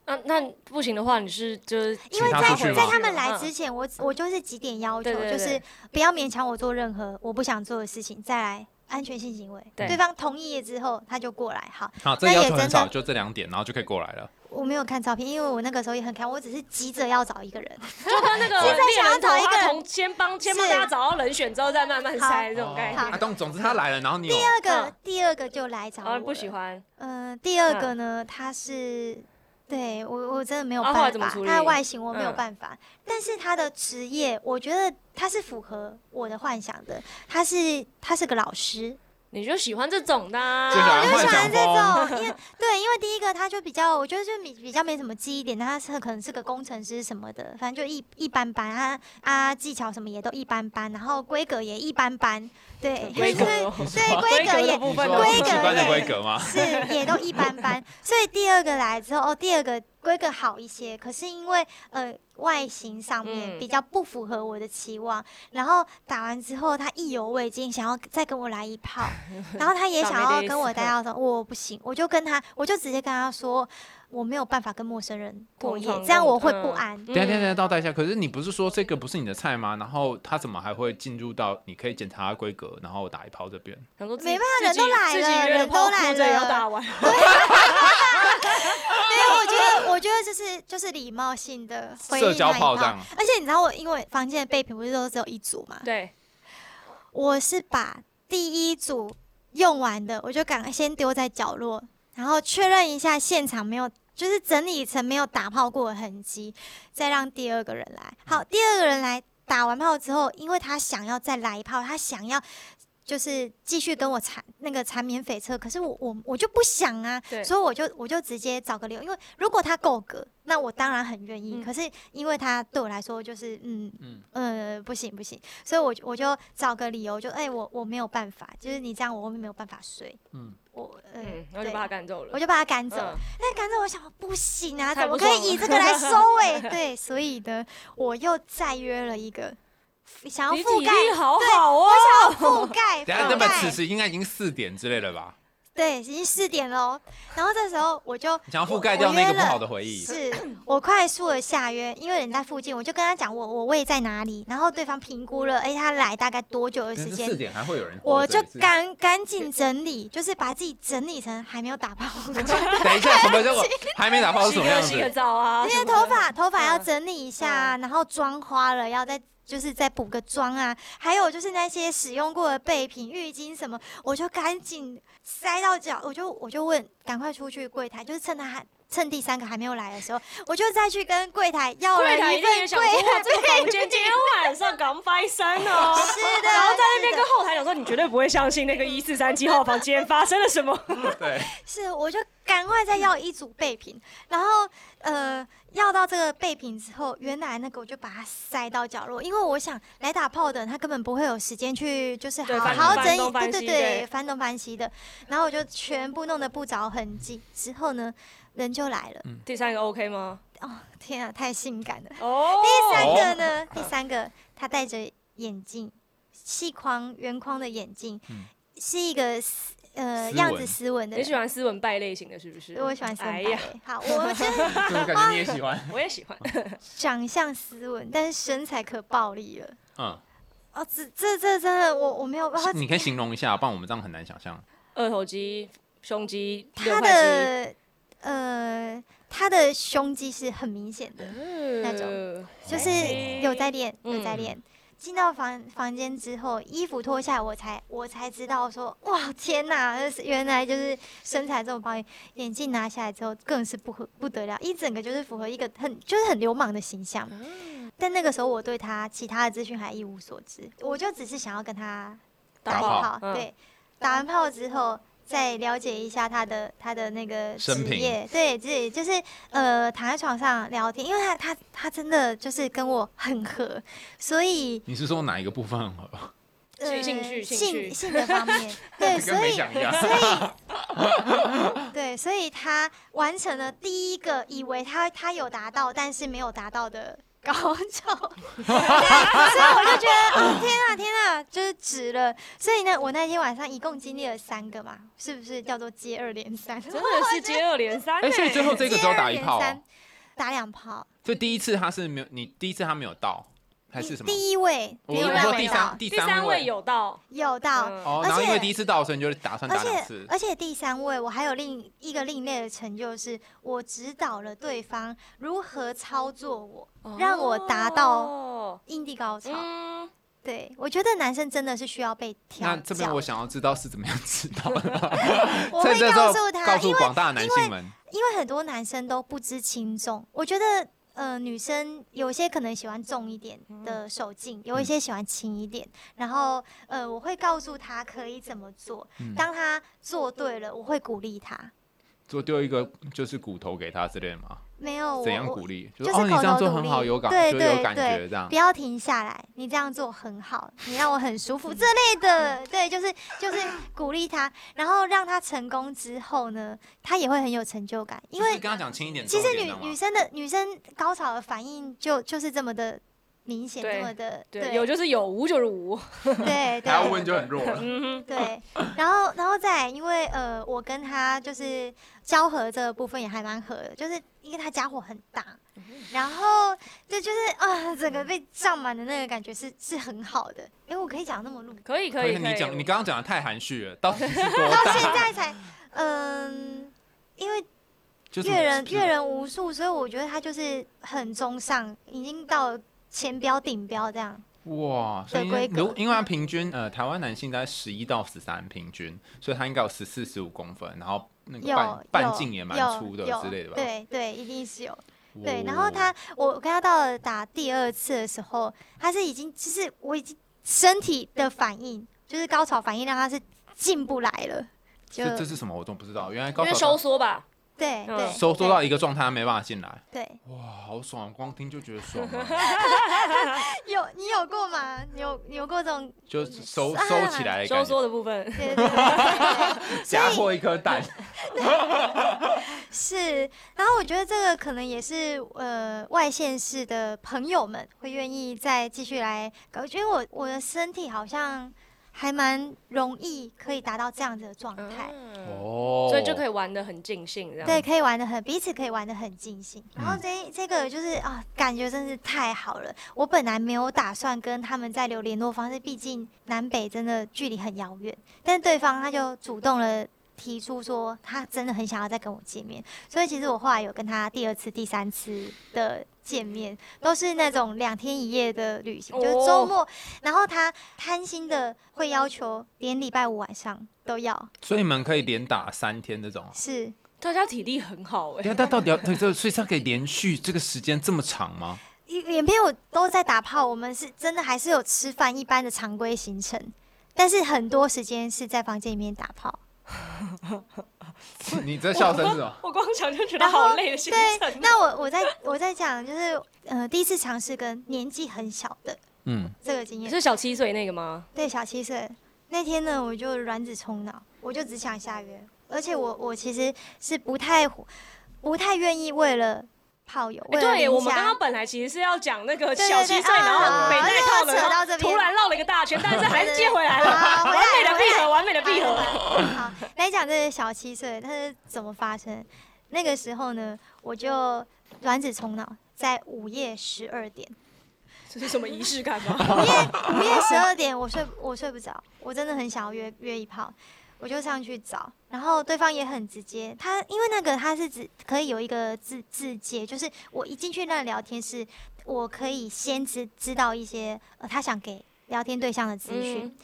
那那不行的话，你是就是
因为
请他
在
出去
在
吗
他们来之前，我我就是几点要求，
嗯对对
就
对
是不要勉强我做任何我不想做的事情，再来安全性行为。
对
对方同意了之后，他就过来。好，
好，这
那
个
也
要求
真的
很少，就这两点，然后就可以过来了。
我没有看照片，因为我那个时候也很看，我只是急着要找一个人。
就跟那个
现在
猎
想要
人头，
找一个
他
人
从先帮先帮
是
大家找到人选之后，再慢慢
好
筛这种概
好
念。
阿东，啊总之他来了，然后你有
第二个
嗯，
第二个就来找
然后
我。
哦你不喜。欢，
嗯，第二个呢，他是。对我，我真的没有
啊
办
后来怎么
法，
处
他的
理
外形我没有
嗯
办法，但是他的职业，我觉得他是符合我的幻想的。他是他是个老师，
你就喜欢这种的、啊
就，喜欢
我就
幻
喜欢
想
这
风，
种，因为对，因为第一个他就比较，我觉得就比比较没什么记忆点，他是可能是个工程师什么的，反正就一一般般啊啊，技巧什么也都一般般，然后规格也一般般，对，
规 格
对
哦
对规格
的
也
部
你
分
说
呢，
规
很
格
奇怪的
也
规格吗？
是也都一般般，所以第二个来之后，哦，第二个规格好一些，可是因为呃外形上面
嗯
比较不符合我的期望，然后打完之后他意犹未尽，想要再跟我来一 炮，然后他也想要跟我待到说，我不行，我就跟他，我就直接跟他说，我没有办法跟陌生人过
共
夜
创，
这样
共
我会
嗯
不 安。
等一下等一下等一下，倒带一下。可是你不是说这个不是你的菜吗？然后他怎么还会进入到你可以检查规格，然后打一炮这边？
想说自己
没办法
自
人都来
己自
了
己约的
人都
炮哭
来
着也要
了
打完，
没有，我觉得，我觉得就是就是礼貌性的回应
社交
那一
炮这样
而且你知道我，因为房间的备品不是都只有一组嘛，
对，
我是把第一组用完的，我就赶快先丢在角落，然后确认一下现场没有，就是整理成没有打炮过的痕迹，再让第二个人来。
嗯
好，第二个人来打完炮之后，因为他想要再来一炮，他想要。就是继续跟我缠那个缠绵悱恻，可是我我我就不想啊
对，
所以我就我就直接找个理由，因为如果他够格，那我当然很愿意。
嗯
可是因为他对我来说就是嗯
嗯，
呃，不行不行，所以我就我就找个理由，就哎、我我没有办法，就是你这样我后面没有办法睡，
嗯，
我呃，
嗯，然后就
对
把他赶走了
我。就把他赶走。
嗯，
但赶走我想不行啊，
太
怎么
不
可
爽
以
了
以这个来 收尾？对，所以呢，我又再约了一个，想
你
要覆
体
盖
力好好哦，
覆盖
等一下，那
覆
么此
盖，
时应该已经四点之类了吧？
对，已经四点喽。然后这时候我就
你想要覆盖掉那个不好的回忆，
是我快速的下约，因为人在附近，我就跟他讲我我位在哪里，然后对方评估了，哎、他来大概多久的时间
四？点还会有人活
我
着？
就赶赶紧整理，就是把自己整理成还没有打扮好的状态
等一下，什么 叫我还没打炮是
洗
什么样
个
子
洗？个澡啊，
因
什
为
么的嗯
头发头发要整理一下啊，然后妆花了要再就是再补个妆啊，还有就是那些使用过的备品、浴巾什么，我就赶紧塞到脚，我就我就问，赶快出去柜台，就是趁他还趁第三个还没有来的时候，我就再去跟柜台要了
柜台一
一
定也
份
想说，
柜
哇，
台
这个房间今天晚上刚翻身哦。
是的，
然后在那
是
边
的
跟后台讲说，你绝对不会相信那个一四三七号房今天发生了什么。
对，
是，我就赶快再要一组备品，然后呃，要到这个备品之后，原来那个我就把它塞到角落，因为我想来打炮的人他根本不会有时间去就是
对
好
翻
好
翻
整理，
东翻
对对
西
对
对，
翻东翻西的，然后我就全部弄得不着痕迹。之后呢，人就来了，
第三个 OK 吗？
哦天啊，太性感了！
哦，
第三个呢，第三个他戴着眼镜，细框圆框的眼镜，
嗯
是一个斯呃
斯
样
文
子斯文的
你
人
喜。欢斯文败类型的是不是？
我喜欢斯文
哎
白
呀，
欸。好，我真的
这种感觉你也喜欢？
我也喜欢。
长相斯文，但是身材可暴力了。
嗯，
哦，这这这真的，我我没有办法。
你可以形容一下，不然我们这样很难想象。
二头肌、胸肌、六
他
块肌
的呃，他的胸肌是很明显的，嗯那
种，
就是有在练，
嗯
有在练。进到房房间之后，衣服脱下来，我才我才知道说，哇，天哪，原来就是身材这么暴力。眼镜拿下来之后，更是不合不得了，一整个就是符合一个很就是很流氓的形象。但那个时候，我对他其他的资讯还一无所知，我就只是想要跟他
打
打
炮
炮，
嗯
对，打完炮之后再了解一下他的他的那个
生
职
平
业，对，自己就是呃躺在床上聊天，因为他他他真的就是跟我很合，所以
你是说哪一个部分很合？
呃
兴趣兴趣
性性的方面， 对，所以
一样。
对，所以他完成了第一个以为他他有达到，但是没有达到的高潮， 对，所以我就觉得，哦天啊天啊，就是值了。所以呢，我那天晚上一共经历了三个嘛，是不是叫做接二连三？
嗯真的是接二连三
哎，所以
欸。
最后这个只有打一
接
炮
二连
哦
三，打两炮，
所以第一次他是没有，你第一次他没有到，还是什么？
第一位
我
没有
我
让
说
我
第
到
三，第
第三位
位
有到，
有到。
嗯
哦，
而
然后因
且
为第一次到，所以你就打算
而
打两
且
次。
而且第三位，我还有另一个另类的成就是，我指导了对方如何操作我，让我达到
哦
阴蒂高潮。
嗯，
对，我觉得男生真的是需要被调
那
教。
这边我想要知道是怎么样知道的，
我
趁
会
这时
告
候
诉他，
告
因
诉
为
广大男性们，
因为很多男生都不知轻重，我觉得。呃，女生有些可能喜欢重一点的手
嗯
劲，有一些喜欢轻一点。然后呃，我会告诉她可以怎么做
嗯。
当她做对了，我会鼓励她。
做丢一个就是骨头给他之类的嘛？
没有我
怎样
我
鼓励？
就是
哦，你
口
这样
头
做
鼓
很好，
励
有感，
对
就
对
有感觉这样
不。要停下来，你这样做很好，你让我很舒 服之类的。对，就是就是鼓励他，然后让他成功之后呢，他也会很有成就感，因
就是
为
跟他讲轻一点，
其
重
实
一点
女
的嘛
女生的女生高潮的反应就就是这么的明显，
对
这么的
对，有就是有，无就是无。
对
还要问
对
就很弱 了。
嗯哼，
对，然后然后再来因为呃，我跟他就是交合这个部分也还蛮合的，就是因为他家伙很大， 然后这就是啊、整个被胀满的那个感觉是是很好的。哎，我可以讲那么露骨，
可以可以可以。
你讲，你刚刚讲的太 含蓄了，到底是多
到
大？
现在才嗯、因为
就是
阅人阅人无数，所以我觉得他就是很中上，已经到了前标顶标这样。
哇，所以因
的
为
规格
如因为他平均呃，台湾男性大概十一到十三平均，所以他应该有十四十五公分，然后那个
有
半半径
有
也蛮
有
粗的
有
之类的吧？
对对，一定是有。
哇，
对，然后他，我我跟他到了打第二次的时候，他是已经，就是我已经身体的反应，就是高潮反应，让他是进不来了，就
这这是什么我都不知道，原来
因
高
为
潮
收缩吧，
对
嗯
对，
收缩到一个状态，他没办法进来，
对，
哇，好爽，光听就觉得爽啊
对有你有过吗？你有你有过这种
就是收收起来的
收
感觉，
缩的部分。
对对对对对对
夹
所以
破一颗蛋，
是，然后我觉得这个可能也是呃外县市的朋友们会愿意再继续来搞，因为我我的身体好像还蛮容易可以达到这样子的状态。
嗯
哦，
所以就可
以
以玩的很尽兴，这样。
对，可以玩的很，彼此可以玩的很尽兴。然后
嗯
这一这个就是啊，感觉真是太好了。我本来没有打算跟他们再留联络方式，毕竟南北真的距离很遥远。但对方他就主动了。提出说他真的很想要再跟我见面，所以其实我后来有跟他第二次、第三次的见面，都是那种两天一夜的旅行，就是周
哦
末。然后他贪心的会要求连礼拜五晚上都要，
所以你们可以连打三天这种啊。
是
大家体力很好哎、
对啊，但到底要对这，所以他可以连续这个时间这么长吗？
影影片我都在打炮，我们是真的还是有吃饭一般的常规行程，但是很多时间是在房间里面打炮。
你这笑声是什么？
我光想就觉得
然后
好累的行程
对，
哦。
那我我在我在讲就是呃第一次尝试跟年纪很小的
嗯，
这个经
你
验，
是小七岁那个吗？
对小七岁那天呢，我就卵子冲脑，我就只想下约，而且我我其实是不太不太愿意为了炮友，为了
对，
零
我们
下
刚刚本来其实是要讲那个
对
小七
对
岁，
啊
然后北戴套的，
又扯
然
到
后
这边
突然绕了一个大圈，但是还是接回来
好回
了，
来
完美的
回
闭
来
合，完美的闭合。
好，来讲这个小七岁，它是怎么发生？那个时候呢，我就卵子冲脑，在午夜十二点，
这是什么仪式感吗？
午夜午夜十二点，我睡我睡不着，我真的很想要约约一炮，我就上去找，然后对方也很直接，他因为那个他是只可以有一个自自介，就是我一进去那聊天室，我可以先知知道一些呃他想给聊天对象的资讯，
嗯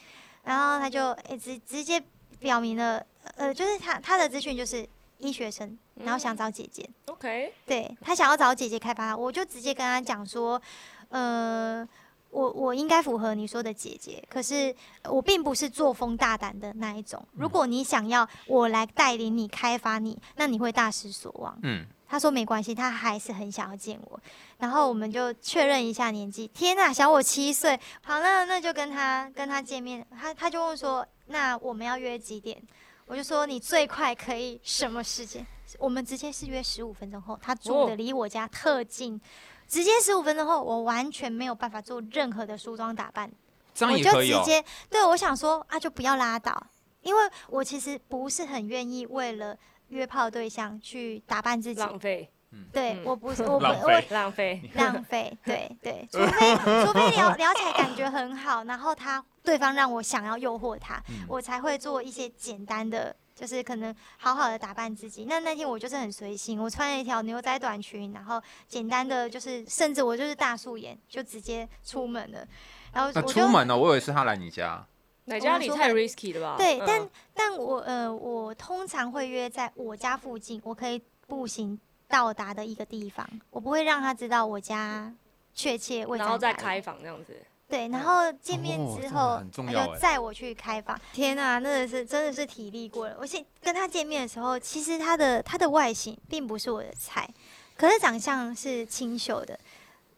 然后他就诶直直接表明了，呃，就是他他的资讯就是医学生，然后想找姐姐，
，OK，
对他想要找姐姐开发，我就直接跟他讲说，呃，我我应该符合你说的姐姐，可是我并不是作风大胆的那一种。如果你想要我来带领你开发你，那你会大失所望。
嗯，
他说没关系，他还是很想要见我。然后我
哦
们就确认一下年纪，天呐，小我七岁。好，那那就跟他跟他见面。他他就问说，那我们要约几点？我就说你最快可以什么时间？我们直接是约十五分钟后，他住
哦
的离我家特近，直接十五分钟后，我完全没有办法做任何的梳妆打扮，
这样
我
也
就
可以
直
哦。
接对我想说啊，就不要拉倒，因为我其实不是很愿意为了约炮对象去打扮自己，
浪费，
对、
嗯
我不是我不
浪
我
费
浪费。
浪费，对对，除非除非聊聊起来感觉很好，然后他对方让我想要诱惑他，
嗯
我才会做一些简单的。就是可能好好的打扮自己。那那天我就是很随性，我穿了一条牛仔短裙，然后简单的就是，甚至我就是大素颜，就直接出门了。然后
那
我
出
就
门呢？哦我以为是他来你家，
哪家里太 risky 了吧？
对，
嗯
但但我呃，我通常会约在我家附近，我可以步行到达的一个地方，我不会让他知道我家确切位置在
然
哪
后
里。
再开房这样子。
对，然后见面
哦
之
这
后，
很重
他
要
就
哎
载我去开房。天啊，那个是真的是体力过了。我现跟他见面的时候，其实他的他的外形并不是我的菜，可是长相是清秀的，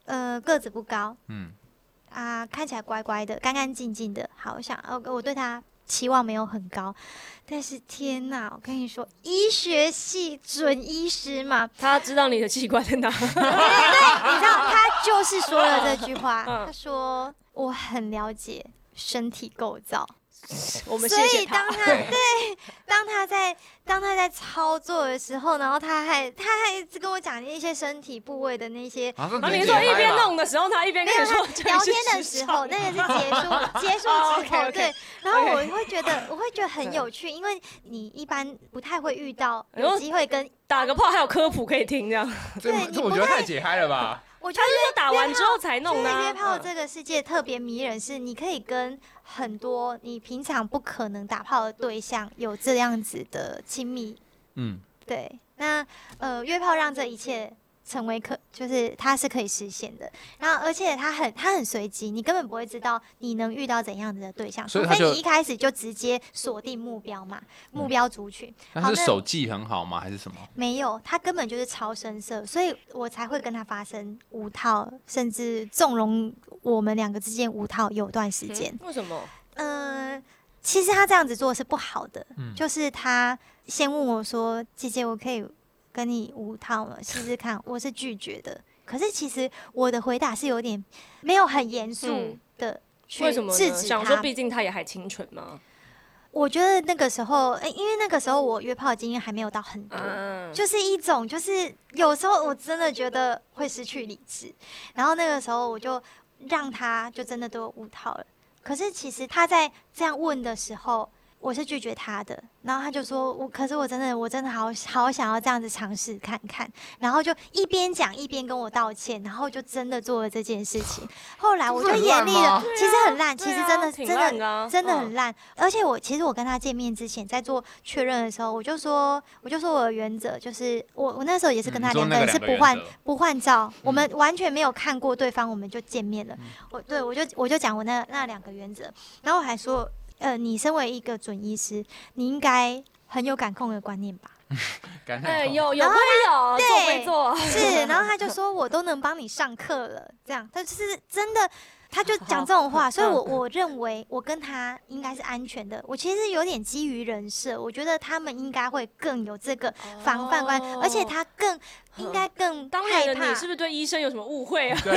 呃，个子不高
嗯，
啊、看起来乖乖的，干干净净的。好，我想哦，我对他期望没有很高，但是天
嗯
呐，我跟你说，医学系准医师嘛，
他知道你的器官在哪，
你知道，他就是说了这句话，
嗯
他说我很了解身体构造，
我们谢
所以
谢
当
他。
他对当他在当他在操作的时候，然后他还他还一直跟我讲一些身体部位的那些。
然后
啊然后你说一边弄的时候，他一边
没
跟
有
你
他
说
聊天的时候，那个是结束 结束之后
哦，OK，OK，
对，然后
OK
我会觉得我会觉得很
对
有趣，因为你一般不太会遇到
哎呦
有机会跟，
打个炮还有科普可以听这样。
这
对你
这我
不
觉得
太
太解嗨了吧？
我觉
他
得
就说打完之后才弄
因
的
为
啊。
约炮
嗯
这个世界特别迷人，是你可以跟很多你平常不可能打炮的对象有这样子的亲密。
嗯，
对，那呃，约炮让这一切成为可，就是它是可以实现的。然后，而且它很它很随机，你根本不会知道你能遇到怎样子的对象，
所
除
以
非
它就
你一开始就直接锁定目标嘛，目
嗯
标族群。好
那是
那
手技很好吗？还是什么？
没有，他根本就是超声色，所以我才会跟他发生无套，甚至纵容我们两个之间无套有段时间
嗯。为什么？
嗯、其实他这样子做是不好的，
嗯
就是他先问我说：“姐姐，我可以跟你无套吗？试试看。”我是拒绝的，可是其实我的回答是有点没有很严肃
嗯
的去
为什么
制
呢？
止
想说，
他。
毕竟他也还清纯嘛。
我觉得那个时候，哎、因为那个时候我约炮的经验还没有到很多。
嗯，
就是一种，就是有时候我真的觉得会失去理智，然后那个时候我就让他就真的对我无套了。可是其实他在这样问的时候，我是拒绝他的，然后他就说我，可是我真的我真的好好想要这样子尝试看看，然后就一边讲一边跟我道歉，然后就真的做了这件事情。后来我就严厉了，其实很烂，其实真的、
对啊挺
真的
烂的啊，
真的很
嗯
烂。而且我其实我跟他见面之前，在做确认的时候，我就说，我就说我的原则就是，我我那时候也是跟
嗯
他
你说
两
那
人
个
是
两个
不
原
换
则嗯
不换照，我们完全没有看过对方，我们就见面了。我对我就我就讲我那那两个原则，然后我还说，呃，你身为一个准医师，你应该很有感控的观念吧。
感
哎，
染痛
有有
然后
归有，
啊对
做归做。
是，然后他就说我都能帮你上课了，这样，他就是真的，他就讲这种话，所以我
嗯
我认为我跟他应该是安全的。我其实有点基于人设，我觉得他们应该会更有这个防范观，而且他更应该更
哦当然
害
了，
怕
你。是不是对医生有什么误会啊？
对，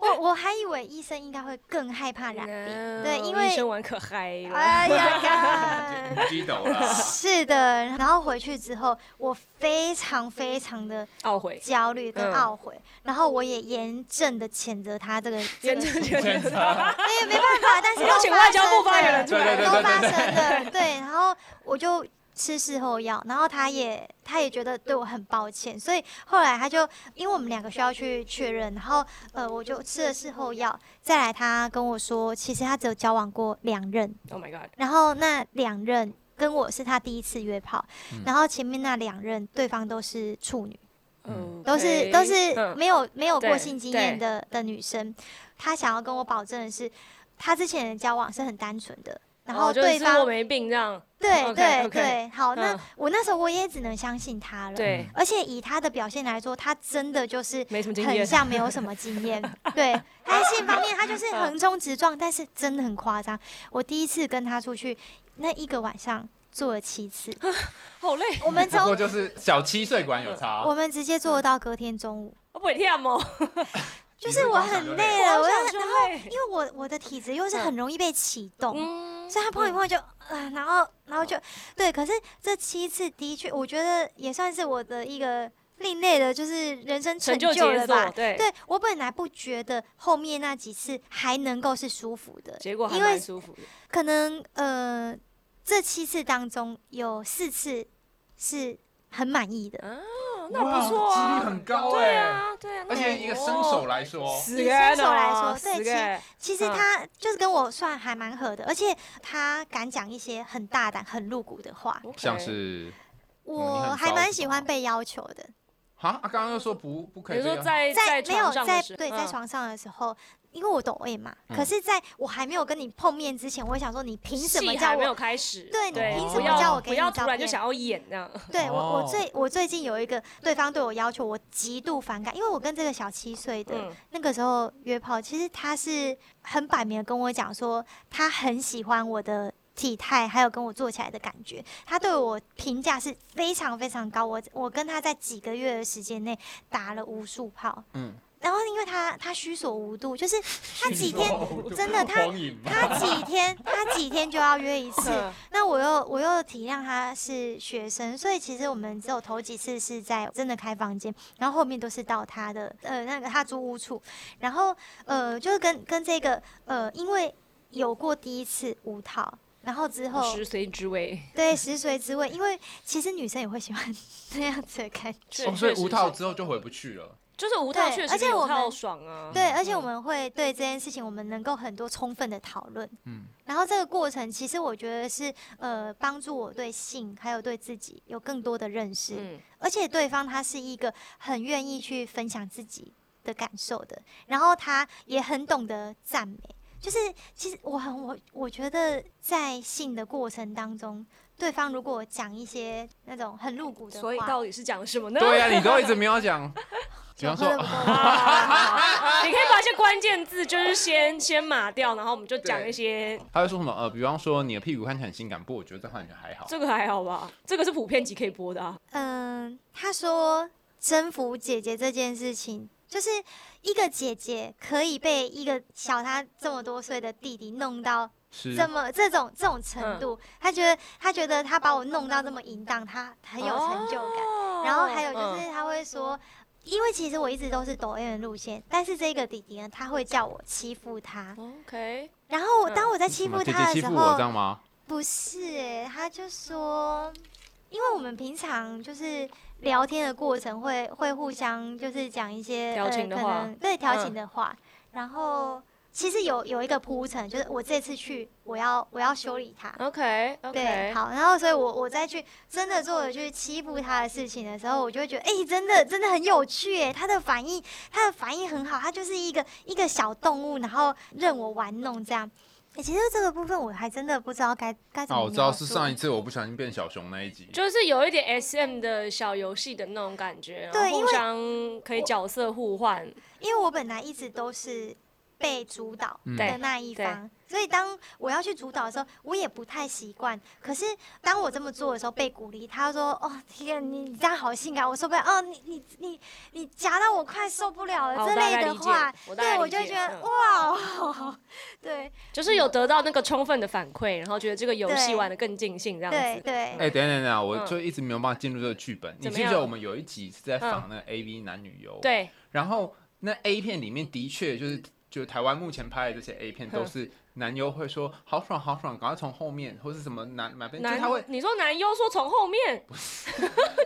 我我还以为医生应该会更害怕染病， 对因为
嗯医生玩可嗨了。
哎呀 呀！
激抖 了。
是的，然后回去之后，我非常非常的
懊悔，
焦虑跟
嗯
懊悔，然后我也严正的谴责他这个这
严
个
正
行为
谴责。
哎，没办法，但是
要
都
请
发
外交部
生
发言
了
人出来
对
都
对
发
对对
生的，对。然后我就吃事后药，然后他也他也觉得对我很抱歉，所以后来他就因为我们两个需要去确认，然后呃我就吃了事后药，再来他跟我说，其实他只有交往过两任，
Oh my god！
然后那两任跟我是他第一次约炮，
嗯
然后前面那两任对方都是处女。
嗯，
都是都是
嗯
没有没有过
对
性经验
对
的的女生，她想要跟我保证的是，她之前的交往是很单纯的，然后
哦就是
对
是
方、
我没病这样。
对
OK，
对
OK，
对，好，那、
嗯
我那时候我也只能相信她了。，
对，
而且以她的表现来说，她真的就是
没什么经
很
验。
像没有什么经验。 对，他性方面他就是
嗯
横冲直撞，但是真的很夸张。我第一次跟他出去那一个晚上做了七 次，
好累，
我 们
不过
从
就是啊小七岁管有差
我，们直接做到隔天中午。
我不会跳哦。
就是我很累了，
我
啊我
好
要
想
然
就
后
累
因为我我的体质又是很容易被启动，
嗯
所以他碰一碰就啊，然后然后就对，可是这七次的确，我觉得也算是我的一个另类的，就是人生成
成就
就了
解
吧
锁，。对，
对我本来不觉得后面那几次还能够是舒服的，
结果还
因为
蛮舒服的。
可能呃这七次当中有四次是很满意的，
哦那不错
哇
啊，
几率很高
对
哎
啊，对啊，
而且一个生手来说，
死
以
人
新手来说对
死
其
人
其实
嗯
他就是跟我算还蛮合的，而且他敢讲一些很大胆、很露骨的话。
像是
我还蛮喜欢被要求的，
好，啊，刚刚又说不不可
比
以
如
这
说
样，
在
在没有
床上
在
的时候，
对在
嗯
床上的时候，因为我懂 A 嘛，可
嗯
是在我还没有跟你碰面之前，我会想说你凭什么
戏
叫
还没有
我？
开始，
对你
凭什
不
么
要
叫
我给
不
你
要
照
突然就
片
想要演这样，
对我我
哦
最我最近有一个对方对我要求，我极度反感，因为我跟这个小七岁的、
嗯，
那个时候约炮，其实他是很摆明的跟我讲说，他很喜欢我的体态，还有跟我做起来的感觉。他对我评价是非常非常高。我我跟他在几个月的时间内打了无数炮，
嗯，
然后因为他他虚所无度，就是他几天
天
真的他他几天他几天就要约一次， 那我又我又体谅他是学生，所以其实我们只有头几次是在真的开房间，然后后面都是到他的呃那个他租屋处，然后呃就是跟跟这个呃因为有过第一次无套，然后之后
食髓知味，
对食髓知味，因为其实女生也会喜欢 那样子的感觉，
哦，所以无套之后就回不去了，
就是无套
对
确实，
而且我们
套爽啊，
对，而且我
嗯
们会对这件事情我们能够很多充分的讨论，
嗯，
然后这个过程其实我觉得是呃帮助我对性还有对自己有更多的认识。
嗯
而且对方他是一个很愿意去分享自己的感受的，然后他也很懂得赞美。就是其实我很我我觉得在性的过程当中，对方如果讲一些那种很露骨的话，
所以到底是讲什么呢？
对呀、啊你都一直没有讲，
酒喝得不够多
比方说啊
你可以把一些关键字就是先先码掉，然后我们就讲一些。
他会说什么呃，比方说你的屁股看起来很性感，不过我觉得这感觉还好，
这个还好吧？这个是普遍级可以播的啊。
嗯、他说征服姐姐这件事情，就是一个姐姐可以被一个小她这么多岁的弟弟弄到
是
这么这种这种程
嗯
度，他觉得他觉得他把我弄到这么淫荡，他很有成就感。
哦
然后还有
嗯
就是他会说，因为其实我一直都是抖 M 的路线，但是这个弟弟呢，他会叫我欺负他。
嗯，OK，
然后我
嗯
当我在
什
欺
么
负
姐
他
姐
的
欺
时
负我
候
这，样吗？啊
不是哎、他就说，因为我们平常就是聊天的过程会会互相就是讲一些
调情的
呃、可
话
能对调情
嗯
的话，然后其实有有一个铺陈，就是我这次去我要我要修理他。
OK
对，
OK，
好，然后所以我我再去真的做了去欺负他的事情的时候，我就会觉得，哎、真的真的很有趣，哎，他的反应，他的反应很好，他就是一个一个小动物，然后任我玩弄这样。哎，其实这个部分我还真的不知道该该怎
啊，
么。
我知道是上一。次我不小心变小熊那一集，
就是有一点 SM 的小游戏的那种感觉，
对
然后
因
互
为
相可以角色互换。
因为我本来一直都是被主导
嗯
的
对
那一
对
方，所以当我要去主导的时候，我也不太习惯。可是当我这么做的时候，被鼓励，他说：“哦，天，你这样好性感，我受不了。哦，你你你你夹到我快受不了了
好，
之
我大
类
概
的
理解
话，，
我大概
对我
理
就
解
觉得、
嗯
哇，哦 对
就是有得到那个充分的反馈，然后觉得这个游戏
对
玩的更尽兴这样
对
子。
对，
哎、等一下等一下，我
嗯
就一直没有办法进入这个剧本。你
怎么
记不记得
样
我们有一集是在仿那个 A V 男女优？。
对，
然后那 A 片里面的确
嗯
就是，就是台湾目前拍的这些 A 片
哼
都是男优会说好爽好爽，赶快从后面或是什么男买边，就是
男
他 会，
你说男优说从后面，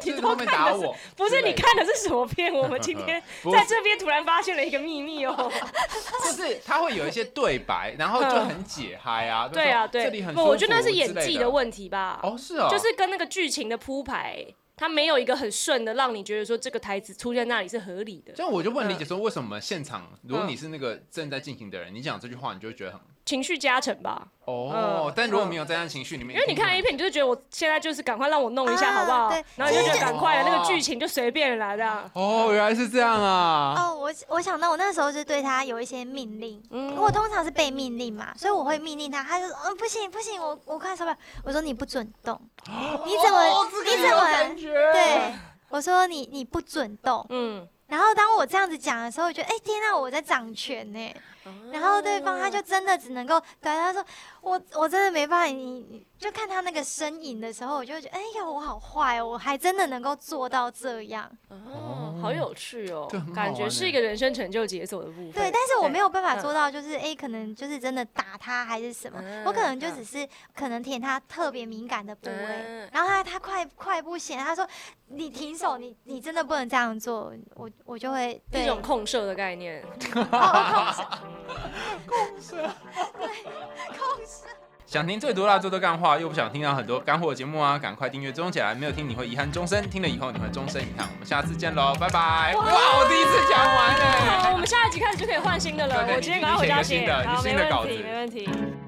就是他们打我，
不是
之类
你
的，
看的是什么片？我们今天
不
在
是
这边突然发现了一个秘密 哦。
就是他会有一些对白，然后就很解嗨啊。就
对啊，
说这里
对，
很
不，
舒服
我觉得那是演
之类
技
的
的问题吧。
哦，是哦，
就是跟那个剧情的铺排，它没有一个很顺的，让你觉得说这个台词出现那里是合理的。
这样我就不能
嗯
理解说为什么现场，如果你是那个正在进行的人，你讲这句话，你就会觉得很
情绪加成吧，
哦
嗯。
但如果没有在那情绪里面，
因为你看 A 片，你就觉得我现在就是赶快让我弄一下，
啊
好不好
对？
然后你就觉
其
得
实
赶快了，
哦
那个剧情就随便来的。
哦，原来是这样啊！
哦，我我想到我那时候是对他有一些命令，
嗯
我通常是被命令嘛，所以我会命令他，他就说嗯不行不行，我我快受不了，我说你不准动，
哦
你怎么、你怎么对？我说你你不准动，
嗯，
然后当我这样子讲的时候，我觉得哎、天啊，我在掌权呢、
哦
然后对方他就真的只能够，对他说我我真的没办法，你你就看他那个身影的时候，我就会觉得哎呀我好坏哦，我还真的能够做到这样。
哦，好有趣哦
这很好，玩欸
感觉是一个人生成就解锁的部分。
对，但是我没有办法
嗯
做到，就是诶，可能就是真的打他还是什么，我可能就只是可能舔他特别敏感的部位，
嗯
然后他他快快不行，他说你停手，你你真的不能这样做，我我就会
一
对
种控射的概 念。
哦控制，控制，对，控制。
想听最毒辣、最多干话，又不想听到很多干货节目啊，赶快订阅追踪起来。没有听你会遗憾终身，听了以后你会终身遗憾。我们下次见喽，拜拜！哇，我第一次讲完哎、
好，我们下一集开始就可以换新的了。
对对
我今天赶快回家
你
写，
先写一个新的
好，
你
没
新的稿
问
子
题，没问题。